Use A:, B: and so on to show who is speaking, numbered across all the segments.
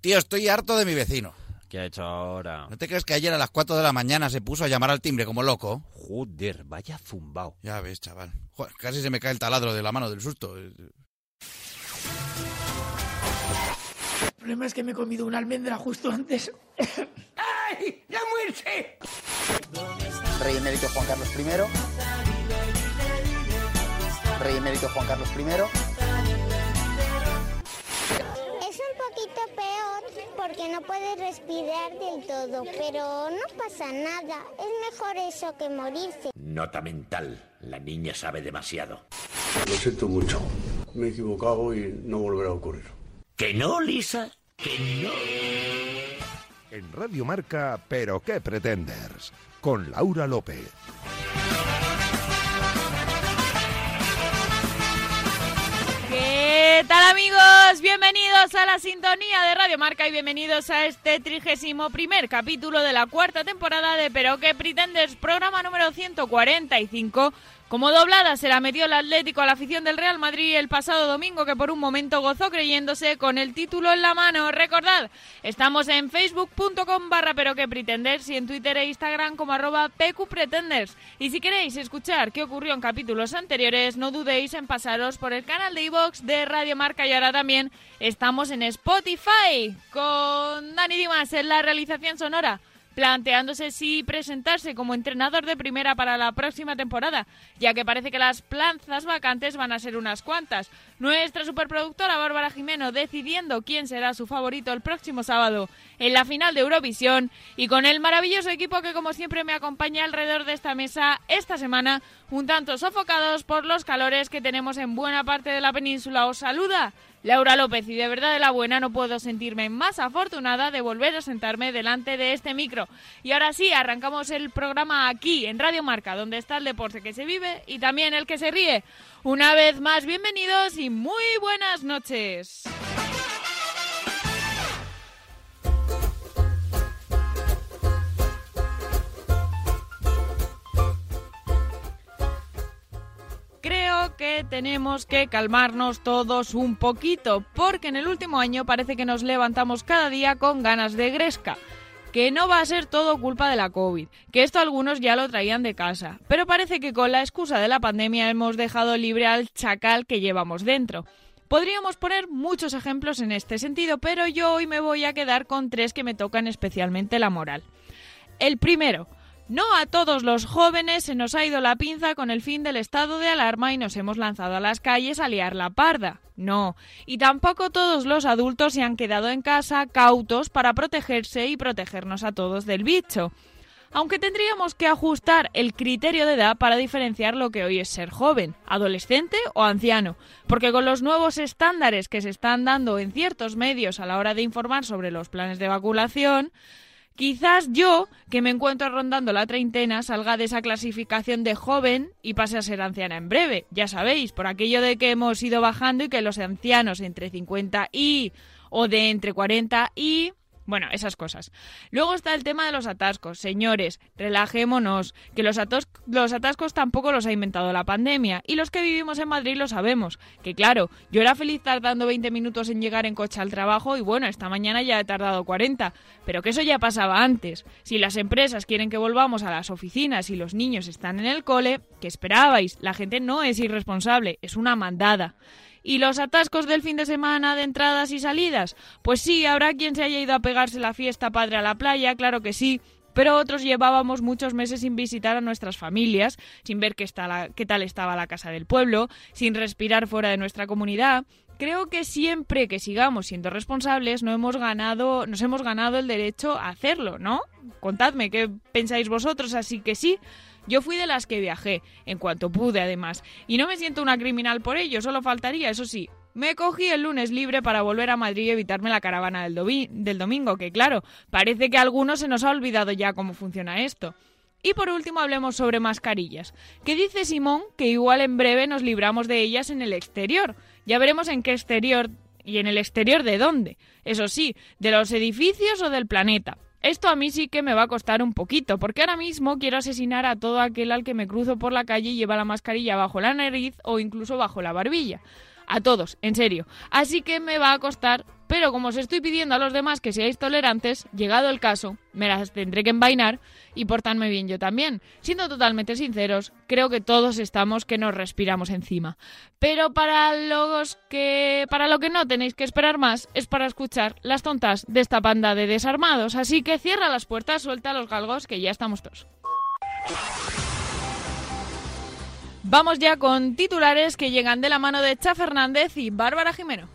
A: Tío, estoy harto de mi vecino.
B: ¿Qué ha hecho ahora?
A: ¿No te crees que ayer a las 4 de la mañana se puso a llamar al timbre como loco?
B: Joder, vaya zumbao.
A: Ya ves, chaval. Joder, casi se me cae el taladro de la mano del susto.
C: El problema es que me he comido una almendra justo antes. ¡Ay! ¡La muerte!
D: Rey emérito Juan Carlos I. Rey emérito Juan Carlos I.
E: Es un poquito peor porque no puedes respirar del todo, pero no pasa nada. Es mejor eso que morirse.
F: Nota mental. La niña sabe demasiado.
G: Lo siento mucho. Me he equivocado y no volverá a ocurrir.
F: ¿Que no, Lisa? ¿Que no?
H: En Radio Marca, pero qué pretenders, con Laura López.
I: ¿Qué tal amigos? Bienvenidos a la sintonía de Radio Marca y bienvenidos a este trigésimo primer capítulo de la cuarta temporada de Pero qué pretendes, programa número 145. Como doblada se la metió el Atlético a la afición del Real Madrid el pasado domingo que por un momento gozó creyéndose con el título en la mano. Recordad, estamos en facebook.com barra pero que pretenders y en Twitter e Instagram como arroba pqpretenders. Y si queréis escuchar qué ocurrió en capítulos anteriores, no dudéis en pasaros por el canal de iVox de Radio Marca y ahora también estamos en Spotify con Dani Dimas en la realización sonora planteándose si presentarse como entrenador de primera para la próxima temporada, ya que parece que las plazas vacantes van a ser unas cuantas. Nuestra superproductora Bárbara Jimeno decidiendo quién será su favorito el próximo sábado en la final de Eurovisión y con el maravilloso equipo que como siempre me acompaña alrededor de esta mesa esta semana, un tanto sofocados por los calores que tenemos en buena parte de la península. Os saluda Laura López y de verdad de la buena no puedo sentirme más afortunada de volver a sentarme delante de este micro. Y ahora sí, arrancamos el programa aquí en Radio Marca, donde está el deporte que se vive y también el que se ríe. Una vez más, bienvenidos y muy buenas noches. Creo que tenemos que calmarnos todos un poquito, porque en el último año parece que nos levantamos cada día con ganas de gresca. Que no va a ser todo culpa de la COVID, que esto algunos ya lo traían de casa, pero parece que con la excusa de la pandemia hemos dejado libre al chacal que llevamos dentro. Podríamos poner muchos ejemplos en este sentido, pero yo hoy me voy a quedar con tres que me tocan especialmente la moral. El primero, no a todos los jóvenes se nos ha ido la pinza con el fin del estado de alarma y nos hemos lanzado a las calles a liar la parda. No. Y tampoco todos los adultos se han quedado en casa cautos para protegerse y protegernos a todos del bicho. Aunque tendríamos que ajustar el criterio de edad para diferenciar lo que hoy es ser joven, adolescente o anciano, porque con los nuevos estándares que se están dando en ciertos medios a la hora de informar sobre los planes de vacunación, Quizás yo, que me encuentro rondando la treintena, salga de esa clasificación de joven y pase a ser anciana en breve. Ya sabéis, por aquello de que hemos ido bajando y que los ancianos entre 50 y o de entre 40 y... Bueno, esas cosas. Luego está el tema de los atascos. Señores, relajémonos, que los, atos- los atascos tampoco los ha inventado la pandemia. Y los que vivimos en Madrid lo sabemos. Que claro, yo era feliz tardando 20 minutos en llegar en coche al trabajo y bueno, esta mañana ya he tardado 40. Pero que eso ya pasaba antes. Si las empresas quieren que volvamos a las oficinas y los niños están en el cole, ¿qué esperabais? La gente no es irresponsable, es una mandada. ¿Y los atascos del fin de semana de entradas y salidas? Pues sí, habrá quien se haya ido a pegarse la fiesta padre a la playa, claro que sí. Pero otros llevábamos muchos meses sin visitar a nuestras familias, sin ver qué, está la- qué tal estaba la casa del pueblo, sin respirar fuera de nuestra comunidad. Creo que siempre que sigamos siendo responsables, no hemos ganado, nos hemos ganado el derecho a hacerlo, ¿no? Contadme qué pensáis vosotros, así que sí, yo fui de las que viajé, en cuanto pude además, y no me siento una criminal por ello, solo faltaría, eso sí. Me cogí el lunes libre para volver a Madrid y evitarme la caravana del, dovi- del domingo, que claro, parece que a algunos se nos ha olvidado ya cómo funciona esto. Y por último hablemos sobre mascarillas, que dice Simón que igual en breve nos libramos de ellas en el exterior. Ya veremos en qué exterior y en el exterior de dónde. Eso sí, de los edificios o del planeta. Esto a mí sí que me va a costar un poquito, porque ahora mismo quiero asesinar a todo aquel al que me cruzo por la calle y lleva la mascarilla bajo la nariz o incluso bajo la barbilla. A todos, en serio. Así que me va a costar, pero como os estoy pidiendo a los demás que seáis tolerantes, llegado el caso, me las tendré que envainar y portarme bien yo también. Siendo totalmente sinceros, creo que todos estamos que nos respiramos encima. Pero para los que para lo que no tenéis que esperar más es para escuchar las tontas de esta banda de desarmados, así que cierra las puertas, suelta los galgos que ya estamos todos. Vamos ya con titulares que llegan de la mano de Cha Fernández y Bárbara Jimeno.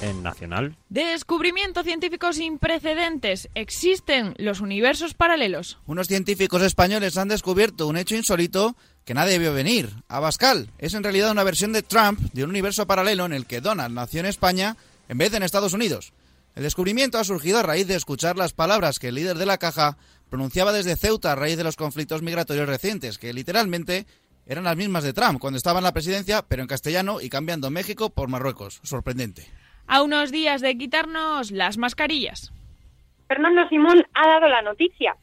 B: En Nacional,
I: Descubrimientos científicos sin precedentes. Existen los universos paralelos.
A: Unos científicos españoles han descubierto un hecho insólito que nadie vio venir. Abascal es en realidad una versión de Trump de un universo paralelo en el que Donald nació en España en vez de en Estados Unidos. El descubrimiento ha surgido a raíz de escuchar las palabras que el líder de la caja pronunciaba desde Ceuta a raíz de los conflictos migratorios recientes, que literalmente eran las mismas de Trump cuando estaba en la presidencia, pero en castellano y cambiando México por Marruecos. Sorprendente.
I: A unos días de quitarnos las mascarillas.
J: Fernando Simón ha dado la noticia.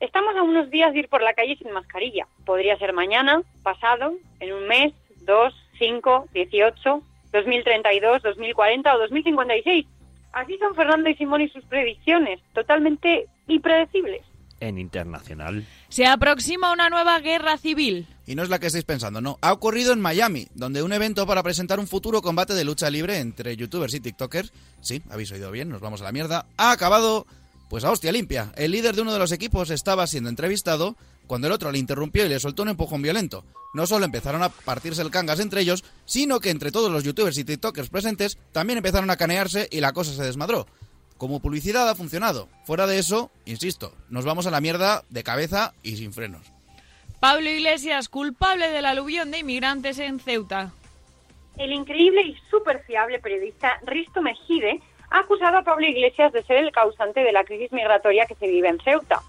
J: Estamos a unos días de ir por la calle sin mascarilla. Podría ser mañana, pasado, en un mes, dos, cinco, dieciocho, 2032, 2040 o 2056. Así son Fernando y Simón y sus predicciones, totalmente impredecibles.
B: en Internacional,
I: Se aproxima una nueva guerra civil.
A: Y no es la que estáis pensando, no. Ha ocurrido en Miami, donde un evento para presentar un futuro combate de lucha libre entre youtubers y tiktokers, sí, habéis oído bien, nos vamos a la mierda, ha acabado pues a hostia limpia. El líder de uno de los equipos estaba siendo entrevistado cuando el otro le interrumpió y le soltó un empujón violento. No solo empezaron a partirse el cangas entre ellos, sino que entre todos los youtubers y tiktokers presentes también empezaron a canearse y la cosa se desmadró. Como publicidad ha funcionado. Fuera de eso, insisto, nos vamos a la mierda de cabeza y sin frenos.
I: Pablo Iglesias, culpable del aluvión de inmigrantes en Ceuta.
J: El increíble y súper fiable periodista Risto Mejide ha acusado a Pablo Iglesias de ser el causante de la crisis migratoria que se vive en Ceuta.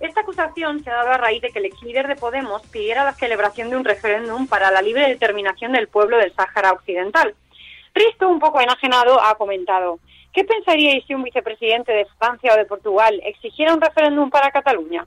J: Esta acusación se ha dado a raíz de que el ex líder de Podemos pidiera la celebración de un referéndum para la libre determinación del pueblo del Sáhara Occidental. Risto, un poco enajenado, ha comentado, ¿qué pensaríais si un vicepresidente de Francia o de Portugal exigiera un referéndum para Cataluña?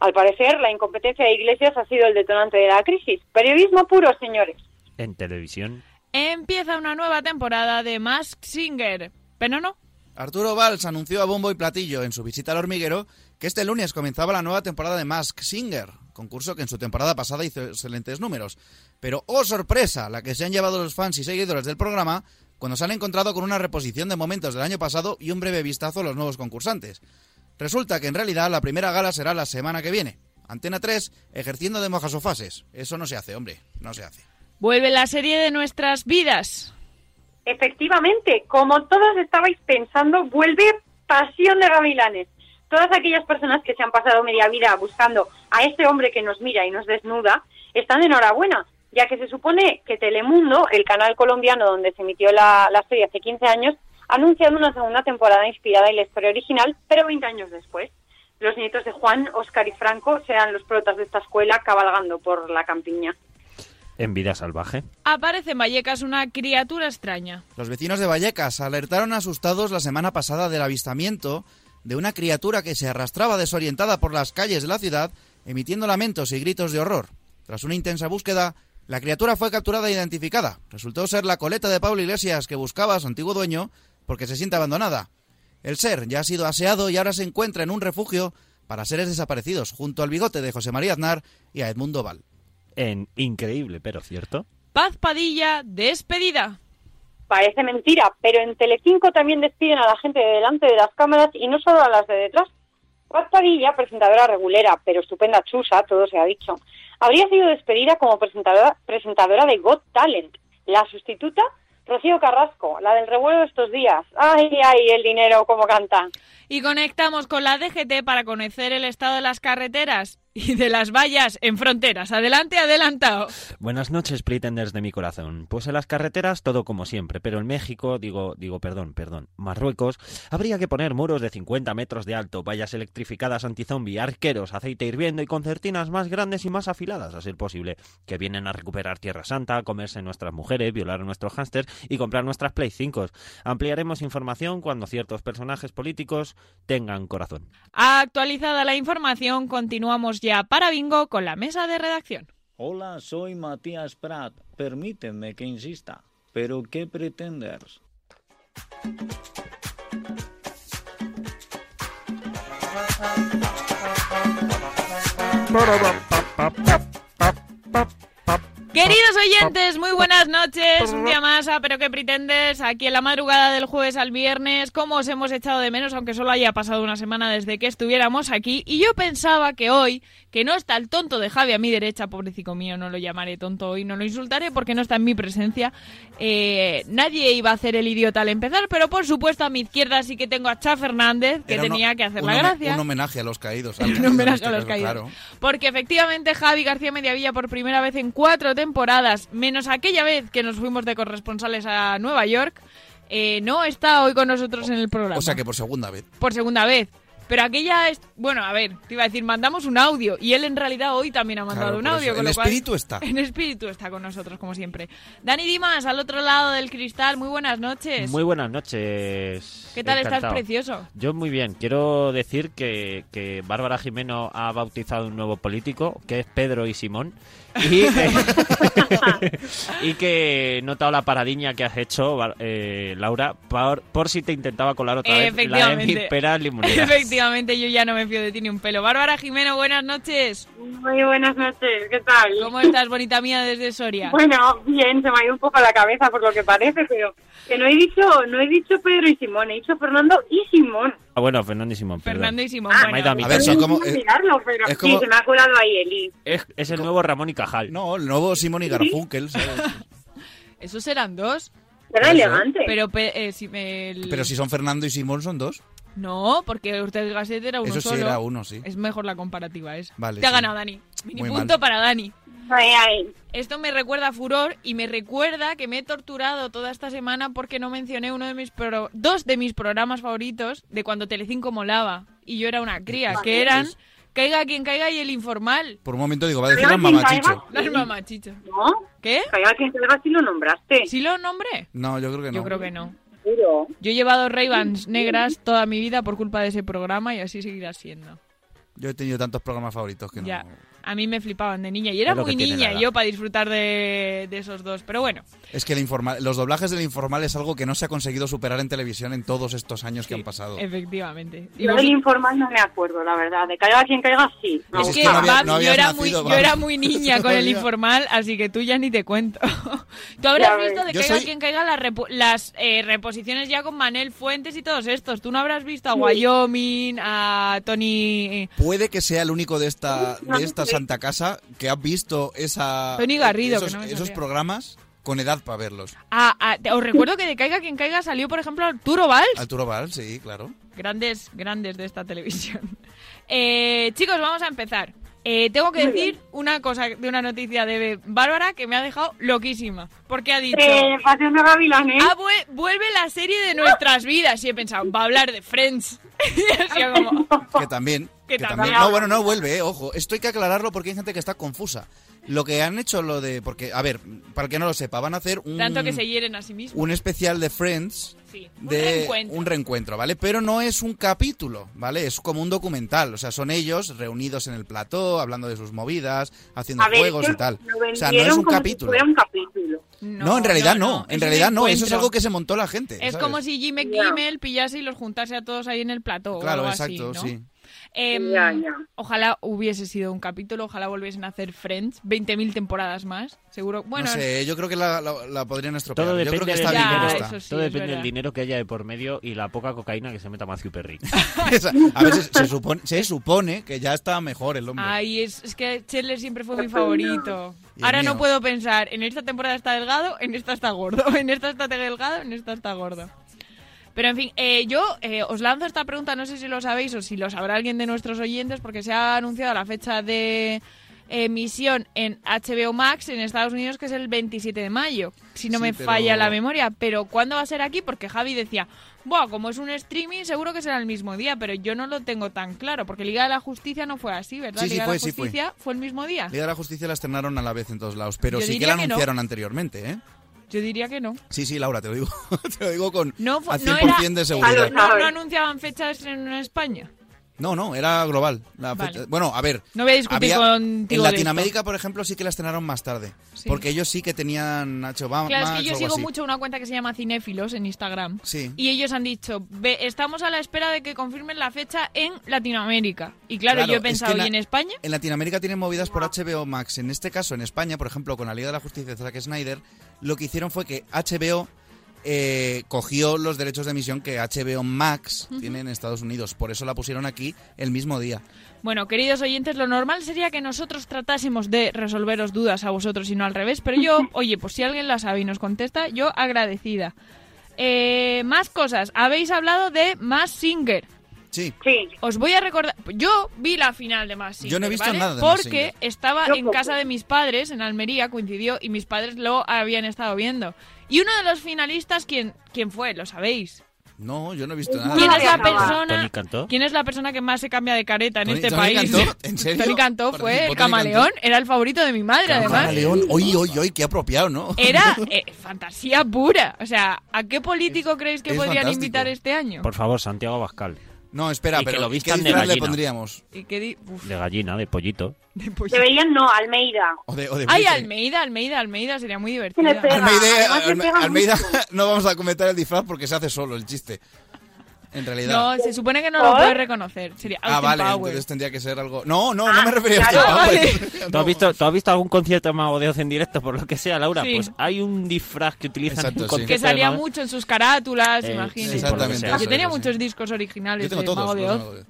J: Al parecer, la incompetencia de Iglesias ha sido el detonante de la crisis. Periodismo puro, señores.
B: en Televisión,
I: Empieza una nueva temporada de Mask Singer. Pero no,
A: Arturo Valls anunció a bombo y platillo en su visita al hormiguero que este lunes comenzaba la nueva temporada de Mask Singer, concurso que en su temporada pasada hizo excelentes números. Pero, oh sorpresa, la que se han llevado los fans y seguidores del programa cuando se han encontrado con una reposición de momentos del año pasado y un breve vistazo a los nuevos concursantes. Resulta que en realidad la primera gala será la semana que viene. Antena 3 ejerciendo de mojas o fases. Eso no se hace, hombre, no se hace.
I: vuelve la serie de nuestras vidas.
J: Efectivamente, como todos estabais pensando, vuelve Pasión de Gavilanes. Todas aquellas personas que se han pasado media vida buscando a este hombre que nos mira y nos desnuda, están de enhorabuena, ya que se supone que Telemundo, el canal colombiano donde se emitió la, la serie hace 15 años, ha anunciado una segunda temporada inspirada en la historia original, pero 20 años después. Los nietos de Juan, Óscar y Franco serán los protas de esta escuela cabalgando por la campiña.
B: en Vida Salvaje,
I: Aparece en Vallecas una criatura extraña.
A: Los vecinos de Vallecas alertaron asustados la semana pasada del avistamiento de una criatura que se arrastraba desorientada por las calles de la ciudad, emitiendo lamentos y gritos de horror. Tras una intensa búsqueda, la criatura fue capturada e identificada. Resultó ser la coleta de Pablo Iglesias que buscaba a su antiguo dueño porque se siente abandonada. El ser ya ha sido aseado y ahora se encuentra en un refugio para seres desaparecidos junto al bigote de José María Aznar y a Edmundo Val.
B: en Increíble pero Cierto,
I: Paz Padilla, despedida.
J: Parece mentira, pero en Telecinco también despiden a la gente de delante de las cámaras y no solo a las de detrás. Paz Padilla, presentadora regulera, pero estupenda chusa, todo se ha dicho, habría sido despedida como presentadora, presentadora de Got Talent. La sustituta, Rocío Carrasco, la del revuelo de estos días. ¡Ay, ay, el dinero, cómo canta!
I: Y conectamos con la DGT para conocer el estado de las carreteras. y de las vallas en fronteras. Adelante, adelantado.
B: Buenas noches, pretenders de mi corazón. Pues en las carreteras todo como siempre, pero en México, digo, digo, perdón, perdón, Marruecos, habría que poner muros de 50 metros de alto, vallas electrificadas antizombie, arqueros, aceite hirviendo y concertinas más grandes y más afiladas, a ser posible, que vienen a recuperar Tierra Santa, a comerse nuestras mujeres, violar a nuestros hámsters y comprar nuestras Play 5. Ampliaremos información cuando ciertos personajes políticos tengan corazón.
I: Actualizada la información, continuamos ya para Bingo con la mesa de redacción.
K: Hola, soy Matías Prat. Permíteme que insista. ¿Pero qué pretendes?
I: Queridos oyentes, muy buenas noches. Un día más, a pero qué pretendes, aquí en la madrugada del jueves al viernes, cómo os hemos echado de menos, aunque solo haya pasado una semana desde que estuviéramos aquí. Y yo pensaba que hoy, que no está el tonto de Javi a mi derecha, pobrecito mío, no lo llamaré tonto hoy, no lo insultaré porque no está en mi presencia. eh, nadie iba a hacer el idiota al empezar, pero por supuesto a mi izquierda sí que tengo a Cha Fernández, que
A: Era un-
I: tenía que hacer
A: un
I: la
A: home-
I: gracia.
A: Un homenaje a los caídos. este
I: Un homenaje a los caídos. Porque efectivamente Javi García Mediavilla por primera vez en cuatro temporadas, menos aquella vez que nos fuimos de corresponsales a Nueva York, eh, no está hoy con nosotros en el programa.
A: O sea que por segunda vez.
I: Por segunda vez. Pero aquella es... Bueno, a ver, te iba a decir, mandamos un audio y él en realidad hoy también ha mandado
A: Claro,
I: un
A: por
I: audio.
A: eso.
I: con
A: En
I: lo cual-
A: espíritu está.
I: En espíritu está con nosotros, como siempre. Dani Dimas, al otro lado del cristal, muy buenas noches.
B: Muy buenas noches.
I: Pues, ¿Qué tal? Estás
B: Encantado.
I: precioso.
B: Yo muy bien. Quiero decir que, que Bárbara Jimeno ha bautizado un nuevo político, que es Pedro y Simón. Y, que- y que he notado la paradiña que has hecho, Bar- eh, Laura, por, por si te intentaba colar otra vez la de
I: Efectivamente.
B: mi pera limonera.
I: Efectivamente, yo ya no me fío de ti ni un pelo. Bárbara Jimeno, buenas noches.
J: Muy buenas noches, ¿qué tal?
I: ¿Cómo estás, bonita mía, desde Soria?
J: Bueno, bien, se me ha ido un poco la cabeza por lo que parece, pero que no he dicho, no he dicho Pedro y Simón, he dicho Fernando y Simón.
B: Ah, bueno, Fernando y Simón. perdón.
I: Fernando y Simón,
A: Ah,
B: Me ha ido a mí.
A: A ver, son como. eh,
J: Mirarlo, pero
A: es como-
J: sí, se me ha colado ahí Eli.
B: es, es el nuevo Ramón y Cajal.
A: no, el nuevo Simón y Garfunkel, ¿sabes?
I: Esos eran dos.
J: Era elegante.
I: Pero, pe- eh, si me- el-
A: Pero si son Fernando y Simón, son dos.
I: No, porque Ortega Gasset era uno
A: Eso sí
I: solo.
A: era uno, sí.
I: Es mejor la comparativa esa.
A: Vale,
I: Te ha
A: sí.
I: ganado Dani. Mini
A: Muy
I: punto
A: mal.
I: para Dani.
J: Ay, eh, ay.
I: Esto me recuerda a furor y me recuerda que me he torturado toda esta semana porque no mencioné uno de mis pro- dos de mis programas favoritos de cuando Telecinco molaba y yo era una cría, que eran
A: Es-
I: Caiga quien caiga y el informal.
A: Por un momento digo, va a decir las
J: Caiga quien
A: mamachicho.
J: caiga.
I: Las mamachichas.
J: ¿No?
I: ¿Qué?
J: Calla, que te si lo nombraste.
I: ¿Sí lo nombré?
A: No, yo creo que no.
I: Yo creo que no.
J: Seguro.
I: Yo he llevado Ray-Bans negras toda mi vida por culpa de ese programa y así seguirá siendo.
A: Yo he tenido tantos programas favoritos que no.
I: Ya. A mí me flipaban de niña y era
B: Es lo
I: muy
B: que tiene la
I: niña
B: edad.
I: yo para disfrutar de, de esos dos. Pero bueno,
A: Es que el informal, los doblajes del informal es algo que no se ha conseguido superar en televisión en todos estos años que han pasado.
I: efectivamente. Y
J: Yo
I: vos-
J: del informal no me acuerdo, la verdad. De caiga quien caiga, sí. Me
A: Pues
I: es
A: es
I: que
A: que no había-
I: Babs,
A: no
I: yo,
A: habías
I: era
A: nacido,
I: muy, yo
A: Babs.
I: era muy niña con el
A: Todavía.
I: informal, así que tú ya ni te cuento. tú habrás
J: Ya ves.
I: visto de
A: Yo
I: caiga
A: soy-
I: quien caiga las, repo- las eh, reposiciones ya con Manel Fuentes y todos estos. Tú no habrás visto a Wyoming, a Tony... eh,
A: Puede que sea el único de esta, de esta santa casa que ha visto esa, eh,
I: Tony Garrido, que
A: esos,
I: no me
A: esos
I: sabía.
A: programas con edad para verlos.
I: a- a- te- os recuerdo que de caiga quien caiga salió, por ejemplo, Arturo Valls.
A: Arturo Val, sí, claro.
I: grandes, grandes de esta televisión. Eh, chicos, vamos a empezar. Eh, tengo que decir una cosa de una noticia de Bárbara que me ha dejado loquísima. Porque ha dicho,
J: Eh, Pasión de Gavilán, ¿eh?
I: ah, vue- vuelve la serie de nuestras vidas. Y he pensado, va a hablar de Friends. y ha sido como,
A: Que también.
I: Que
A: que
I: también.
A: también- No, bueno, no vuelve, eh, ojo. Esto hay que aclararlo porque hay gente que está confusa. Lo que han hecho lo de. Porque, a ver, para el que no lo sepa, van a hacer un,
I: tanto que se hieren a sí mismos.
A: un especial de Friends
I: Sí, un
A: Mm. de
I: reencuentro.
A: un reencuentro, ¿vale? Pero no es un capítulo, ¿vale? Es como un documental, o sea, son ellos reunidos en el plató, hablando de sus movidas, haciendo
J: A ver,
A: juegos
J: que
A: y tal.
J: lo
A: O sea, no es
J: vendieron
A: un
J: como si
A: capítulo.
J: fuera un capítulo.
A: No, en realidad no, en
I: es un
A: realidad no, eso es
I: encuentro.
A: algo que se montó la gente.
I: Es
A: ¿sabes?
I: como si Jimmy
J: Ya.
I: Kimmel pillase y los juntase a todos ahí en el plató. o
A: Claro,
I: algo así,
A: exacto,
I: ¿no?
A: sí.
I: Em,
J: Ya, ya.
I: Ojalá hubiese sido un capítulo, ojalá volviesen a hacer Friends, 20.000 temporadas más, seguro. Bueno,
A: no sé, yo creo que la, la- la podrían estropear.
B: Todo
A: yo creo que
B: depende, del
A: está
I: Ya,
A: bien como
B: dinero,
A: está.
I: eso sí,
B: todo
I: es
B: depende del
I: verdad.
B: dinero que haya de por medio y la poca cocaína que se meta Matthew Perry.
A: Esa- A ver, se, se supone, se supone que ya está mejor el hombre.
I: ay, es, es que Chandler siempre fue mi favorito.
A: Y el
I: Ahora no
A: mío.
I: puedo pensar, en esta temporada está delgado, en esta está gordo, en esta está delgado, en esta está gordo. Pero en fin, eh, yo eh, os lanzo esta pregunta, no sé si lo sabéis o si lo sabrá alguien de nuestros oyentes, porque se ha anunciado la fecha de emisión en HBO Max en Estados Unidos, que es el 27 de mayo, si no
L: Sí,
I: me
L: pero-
I: falla la memoria. Pero ¿cuándo va a ser aquí? Porque Javi decía, Buah, como es un streaming, seguro que será el mismo día, pero yo no lo tengo tan claro, porque Liga de la Justicia no fue así, ¿verdad?
A: Sí, sí,
I: Liga
A: fue,
I: de la
A: sí, fue.
I: Justicia fue el mismo día.
A: Liga de la Justicia la estrenaron a la vez en todos lados, pero
I: Yo
A: sí que
I: diría
A: la
I: que no.
A: anunciaron anteriormente, ¿eh?
I: Yo diría que no.
A: Sí, sí, Laura, te lo digo, te lo digo con
I: No, fu-
A: al
I: no
A: 100%
I: era,
A: de seguridad.
I: No, no anunciaban fecha de estreno en España.
A: No, no, era global. la
I: Vale.
A: fecha. Bueno, a ver.
I: No voy a discutir
A: había-
I: contigo
A: En
I: de
A: Latinoamérica, por ejemplo, sí que la estrenaron más tarde.
I: Sí.
A: Porque ellos sí que tenían Nacho Bam.
I: Claro, es que yo
A: algo
I: sigo
A: así.
I: mucho una cuenta que se llama Cinéfilos en Instagram.
A: Sí.
I: Y ellos han dicho, "Ve, estamos a la espera de que confirmen la fecha en Latinoamérica. Y claro, yo he
A: es que
I: pensado,
A: la-
I: ¿y en España?
A: En Latinoamérica tienen movidas por HBO Max. En este caso, en España, por ejemplo, con la Liga de la Justicia de Zack Snyder, lo que hicieron fue que HBO eh, cogió los derechos de emisión que HBO Max
I: Ujú.
A: tiene en Estados Unidos. Por eso la pusieron aquí el mismo día.
I: Bueno, queridos oyentes, lo normal sería que nosotros tratásemos de resolveros dudas a vosotros y no al revés, pero yo, oye, pues si alguien la sabe y nos contesta, yo agradecida. Eh, más cosas. Habéis hablado de Mass Singer.
A: Sí.
I: Os voy a recordar. Yo vi la final de Mass Singer.
A: Yo no he visto
I: ¿vale?
A: nada de Mask
I: Porque
A: Singer.
I: estaba
M: Yo
I: en
M: tampoco.
I: casa de mis padres, en Almería, coincidió, y mis padres lo habían estado viendo. Y uno de los finalistas, ¿quién, quién fue? Lo sabéis.
A: No, yo no he visto nada.
I: Ah, ¿Quién es la persona?
A: Tony Cantó.
I: ¿Quién es la persona que más se cambia de careta en
A: Tony-
I: este
A: Tony
I: país?
A: Cantó, ¿en serio?
I: Tony Cantó fue
A: Participó
I: el
A: Tony
I: camaleón,
A: Cantó.
I: era el favorito de mi madre, además.
A: León, hoy, hoy, hoy, qué apropiado, ¿no?
I: Era eh, fantasía pura. O sea, ¿a qué político creéis que
A: es
I: podrían
A: fantástico.
I: invitar este año?
B: Por favor, Santiago Abascal.
A: No, espera,
B: Y que
A: pero
B: lo
A: ¿qué
B: vistan de
A: disfraz le
B: gallina.
A: pondríamos?
I: ¿Y qué di- Uf,
B: De gallina, de pollito.
J: Deberían no, Almeida.
A: O de, o de
I: Ay,
A: buitre.
I: Almeida, Almeida, Almeida, sería muy divertido.
J: le pega.
A: Almeida,
J: Además, le
A: Alme-
J: pega
A: Almeida,
J: mucho.
A: no vamos a comentar el disfraz porque se hace solo el chiste. En realidad.
I: No, se supone que no lo
J: ¿Por?
I: puedes reconocer. Sería
A: ah,
I: Austin
A: vale,
I: Powers. Ah,
A: entonces tendría que ser algo. No, no, no me refería
I: claro,
A: a Austin
I: vale.
A: Powers.
B: ¿Tú has, visto, ¿Tú has visto algún concierto de Mago de Oz en directo, por lo que sea, Laura?
I: Sí.
B: Pues hay un disfraz que utilizan en
A: Exacto,
B: un
A: sí.
B: concierto
I: Que salía
B: de Mago-
I: mucho en sus carátulas,
B: Eh,
I: imagino.
B: sí, por lo que Exactamente, sea.
I: Yo
B: eso,
I: tenía
B: eso, sí.
I: muchos discos originales
A: Yo tengo
I: de
A: todos.
I: Mago de
A: los
I: Oz.
A: Mago de Oz.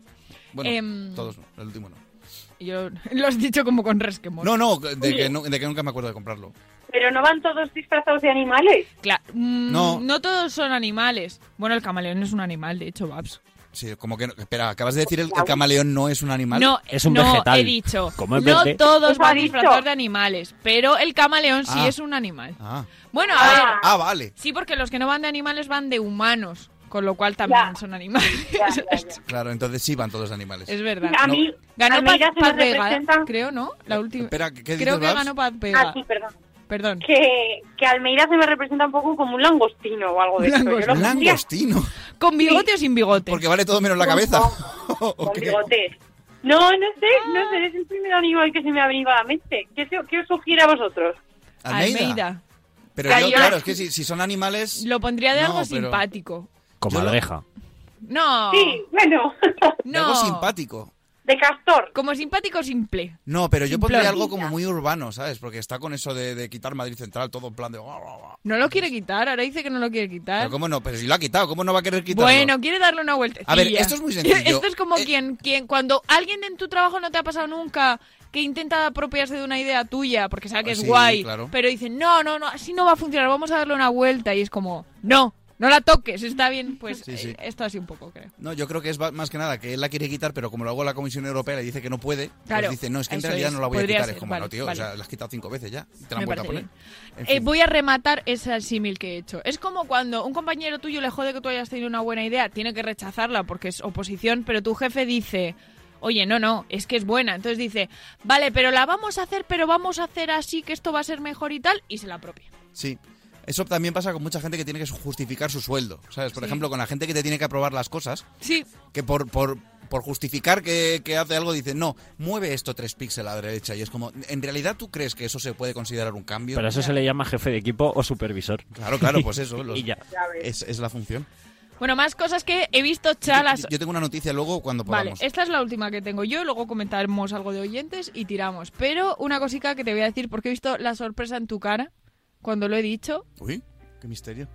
A: Bueno,
I: Em,
A: todos, no, el último no.
I: Yo lo has dicho como con resquemor.
A: No, no, de que, no- de que nunca me acuerdo de comprarlo.
J: Pero no van todos disfrazados de animales.
I: Claro, mm, no.
A: No.
I: todos son animales. Bueno, el camaleón es un animal, de hecho, Babs.
A: Sí, como que. no- Espera, acabas de decir el, el camaleón no es un animal.
I: No, no, he dicho.
A: Como es
I: no
A: verde.
I: todos
J: Eso ha
I: van
J: dicho.
I: disfrazados de animales, pero el camaleón sí
A: Ah.
I: es un animal.
A: Ah.
I: Bueno, a ver.
A: Ah, ah, vale.
I: Sí, porque los que no van de animales van de humanos, con lo cual también son animales.
A: Claro, entonces sí van todos los animales.
I: Es verdad.
J: A mí,
I: ganó
J: a mí ya
I: Paz,
J: se me
I: Paz Vega, ¿eh?
J: representa-
I: creo, ¿no? La última.
A: Eh, Espera, ¿qué qué
I: creo
A: dices,
I: que
A: Babs?
I: ganó Paz Vega.
J: Ah, sí, perdón.
I: Perdón.
J: Que, que Almeida se me representa un poco como un langostino o algo de eso. Yo lo sentía
A: Langostino.
I: ¿Con bigote o sin bigote?
A: Porque vale todo menos la cabeza.
J: con bigotes. No, no sé, no sé, es el primer animal que se me ha venido a la mente. ¿Qué, se- qué os sugiere a vosotros?
A: Almeida.
I: Almeida.
A: Pero
I: Claro,
A: yo,
I: yo-
A: claro, es que si, si son animales.
I: Lo pondría de
A: No,
I: algo
A: pero-
I: simpático.
B: Como aldeja.
I: No.
J: Sí, bueno.
A: De
I: No.
A: algo simpático.
J: De castor.
I: Como simpático simple.
A: No, pero yo
I: Simplón.
A: pondría algo como muy urbano, ¿sabes? Porque está con eso de, de quitar Madrid Central, todo en plan de.
I: No lo quiere quitar, ahora dice que no lo quiere quitar.
A: Pero ¿cómo no? Pero si lo ha quitado, ¿cómo no va a querer quitarlo?
I: Bueno, quiere darle una vueltecilla.
A: A ver, esto es muy sencillo. Eh,
I: esto es como quien, quien, cuando alguien en tu trabajo no te ha pasado nunca que intenta apropiarse de una idea tuya porque sabe que es
A: Ah, Sí,
I: guay,
A: claro.
I: pero dice, no, no, no, así no va a funcionar, vamos a darle una vuelta y es como, no, no la toques, está bien, pues
A: Sí, sí.
I: eh, esto así un poco, creo.
A: No, yo creo que es va- más que nada que él la quiere quitar, pero como luego la Comisión Europea le dice que no puede,
I: Claro,
A: pues dice, no, es que en
I: eso
A: realidad
I: es,
A: no la voy a
I: podría
A: quitar.
I: ser,
A: es como,
I: vale,
A: no, tío,
I: vale.
A: o sea, la has quitado cinco veces ya, y te la
I: Me
A: han vuelto a
I: parece
A: poner. En
I: Eh,
A: fin.
I: voy a rematar ese símil que he hecho. Es como cuando un compañero tuyo le jode que tú hayas tenido una buena idea, tiene que rechazarla porque es oposición, pero tu jefe dice, oye, no, no, es que es buena. Entonces dice, vale, pero la vamos a hacer, pero vamos a hacer así, que esto va a ser mejor y tal, y se la apropia.
A: Sí. Eso también pasa con mucha gente que tiene que justificar su sueldo, ¿sabes? Por
I: Sí.
A: ejemplo, con la gente que te tiene que aprobar las cosas,
I: Sí,
A: que por, por, por justificar que, que hace algo dice, no, mueve esto tres píxeles a la derecha. Y es como, ¿en realidad tú crees que eso se puede considerar un cambio?
B: Pero eso se le llama jefe de equipo o supervisor.
A: Claro, claro, pues eso. los-
B: y ya.
A: Es, es la función.
I: bueno, más cosas que he visto chalas.
A: Yo, yo tengo una noticia luego cuando
I: Vale,
A: podamos.
I: esta es la última que tengo yo, luego comentaremos algo de oyentes y tiramos. Pero una cosica que te voy a decir porque he visto la sorpresa en tu cara cuando lo he dicho.
A: Uy, qué misterio.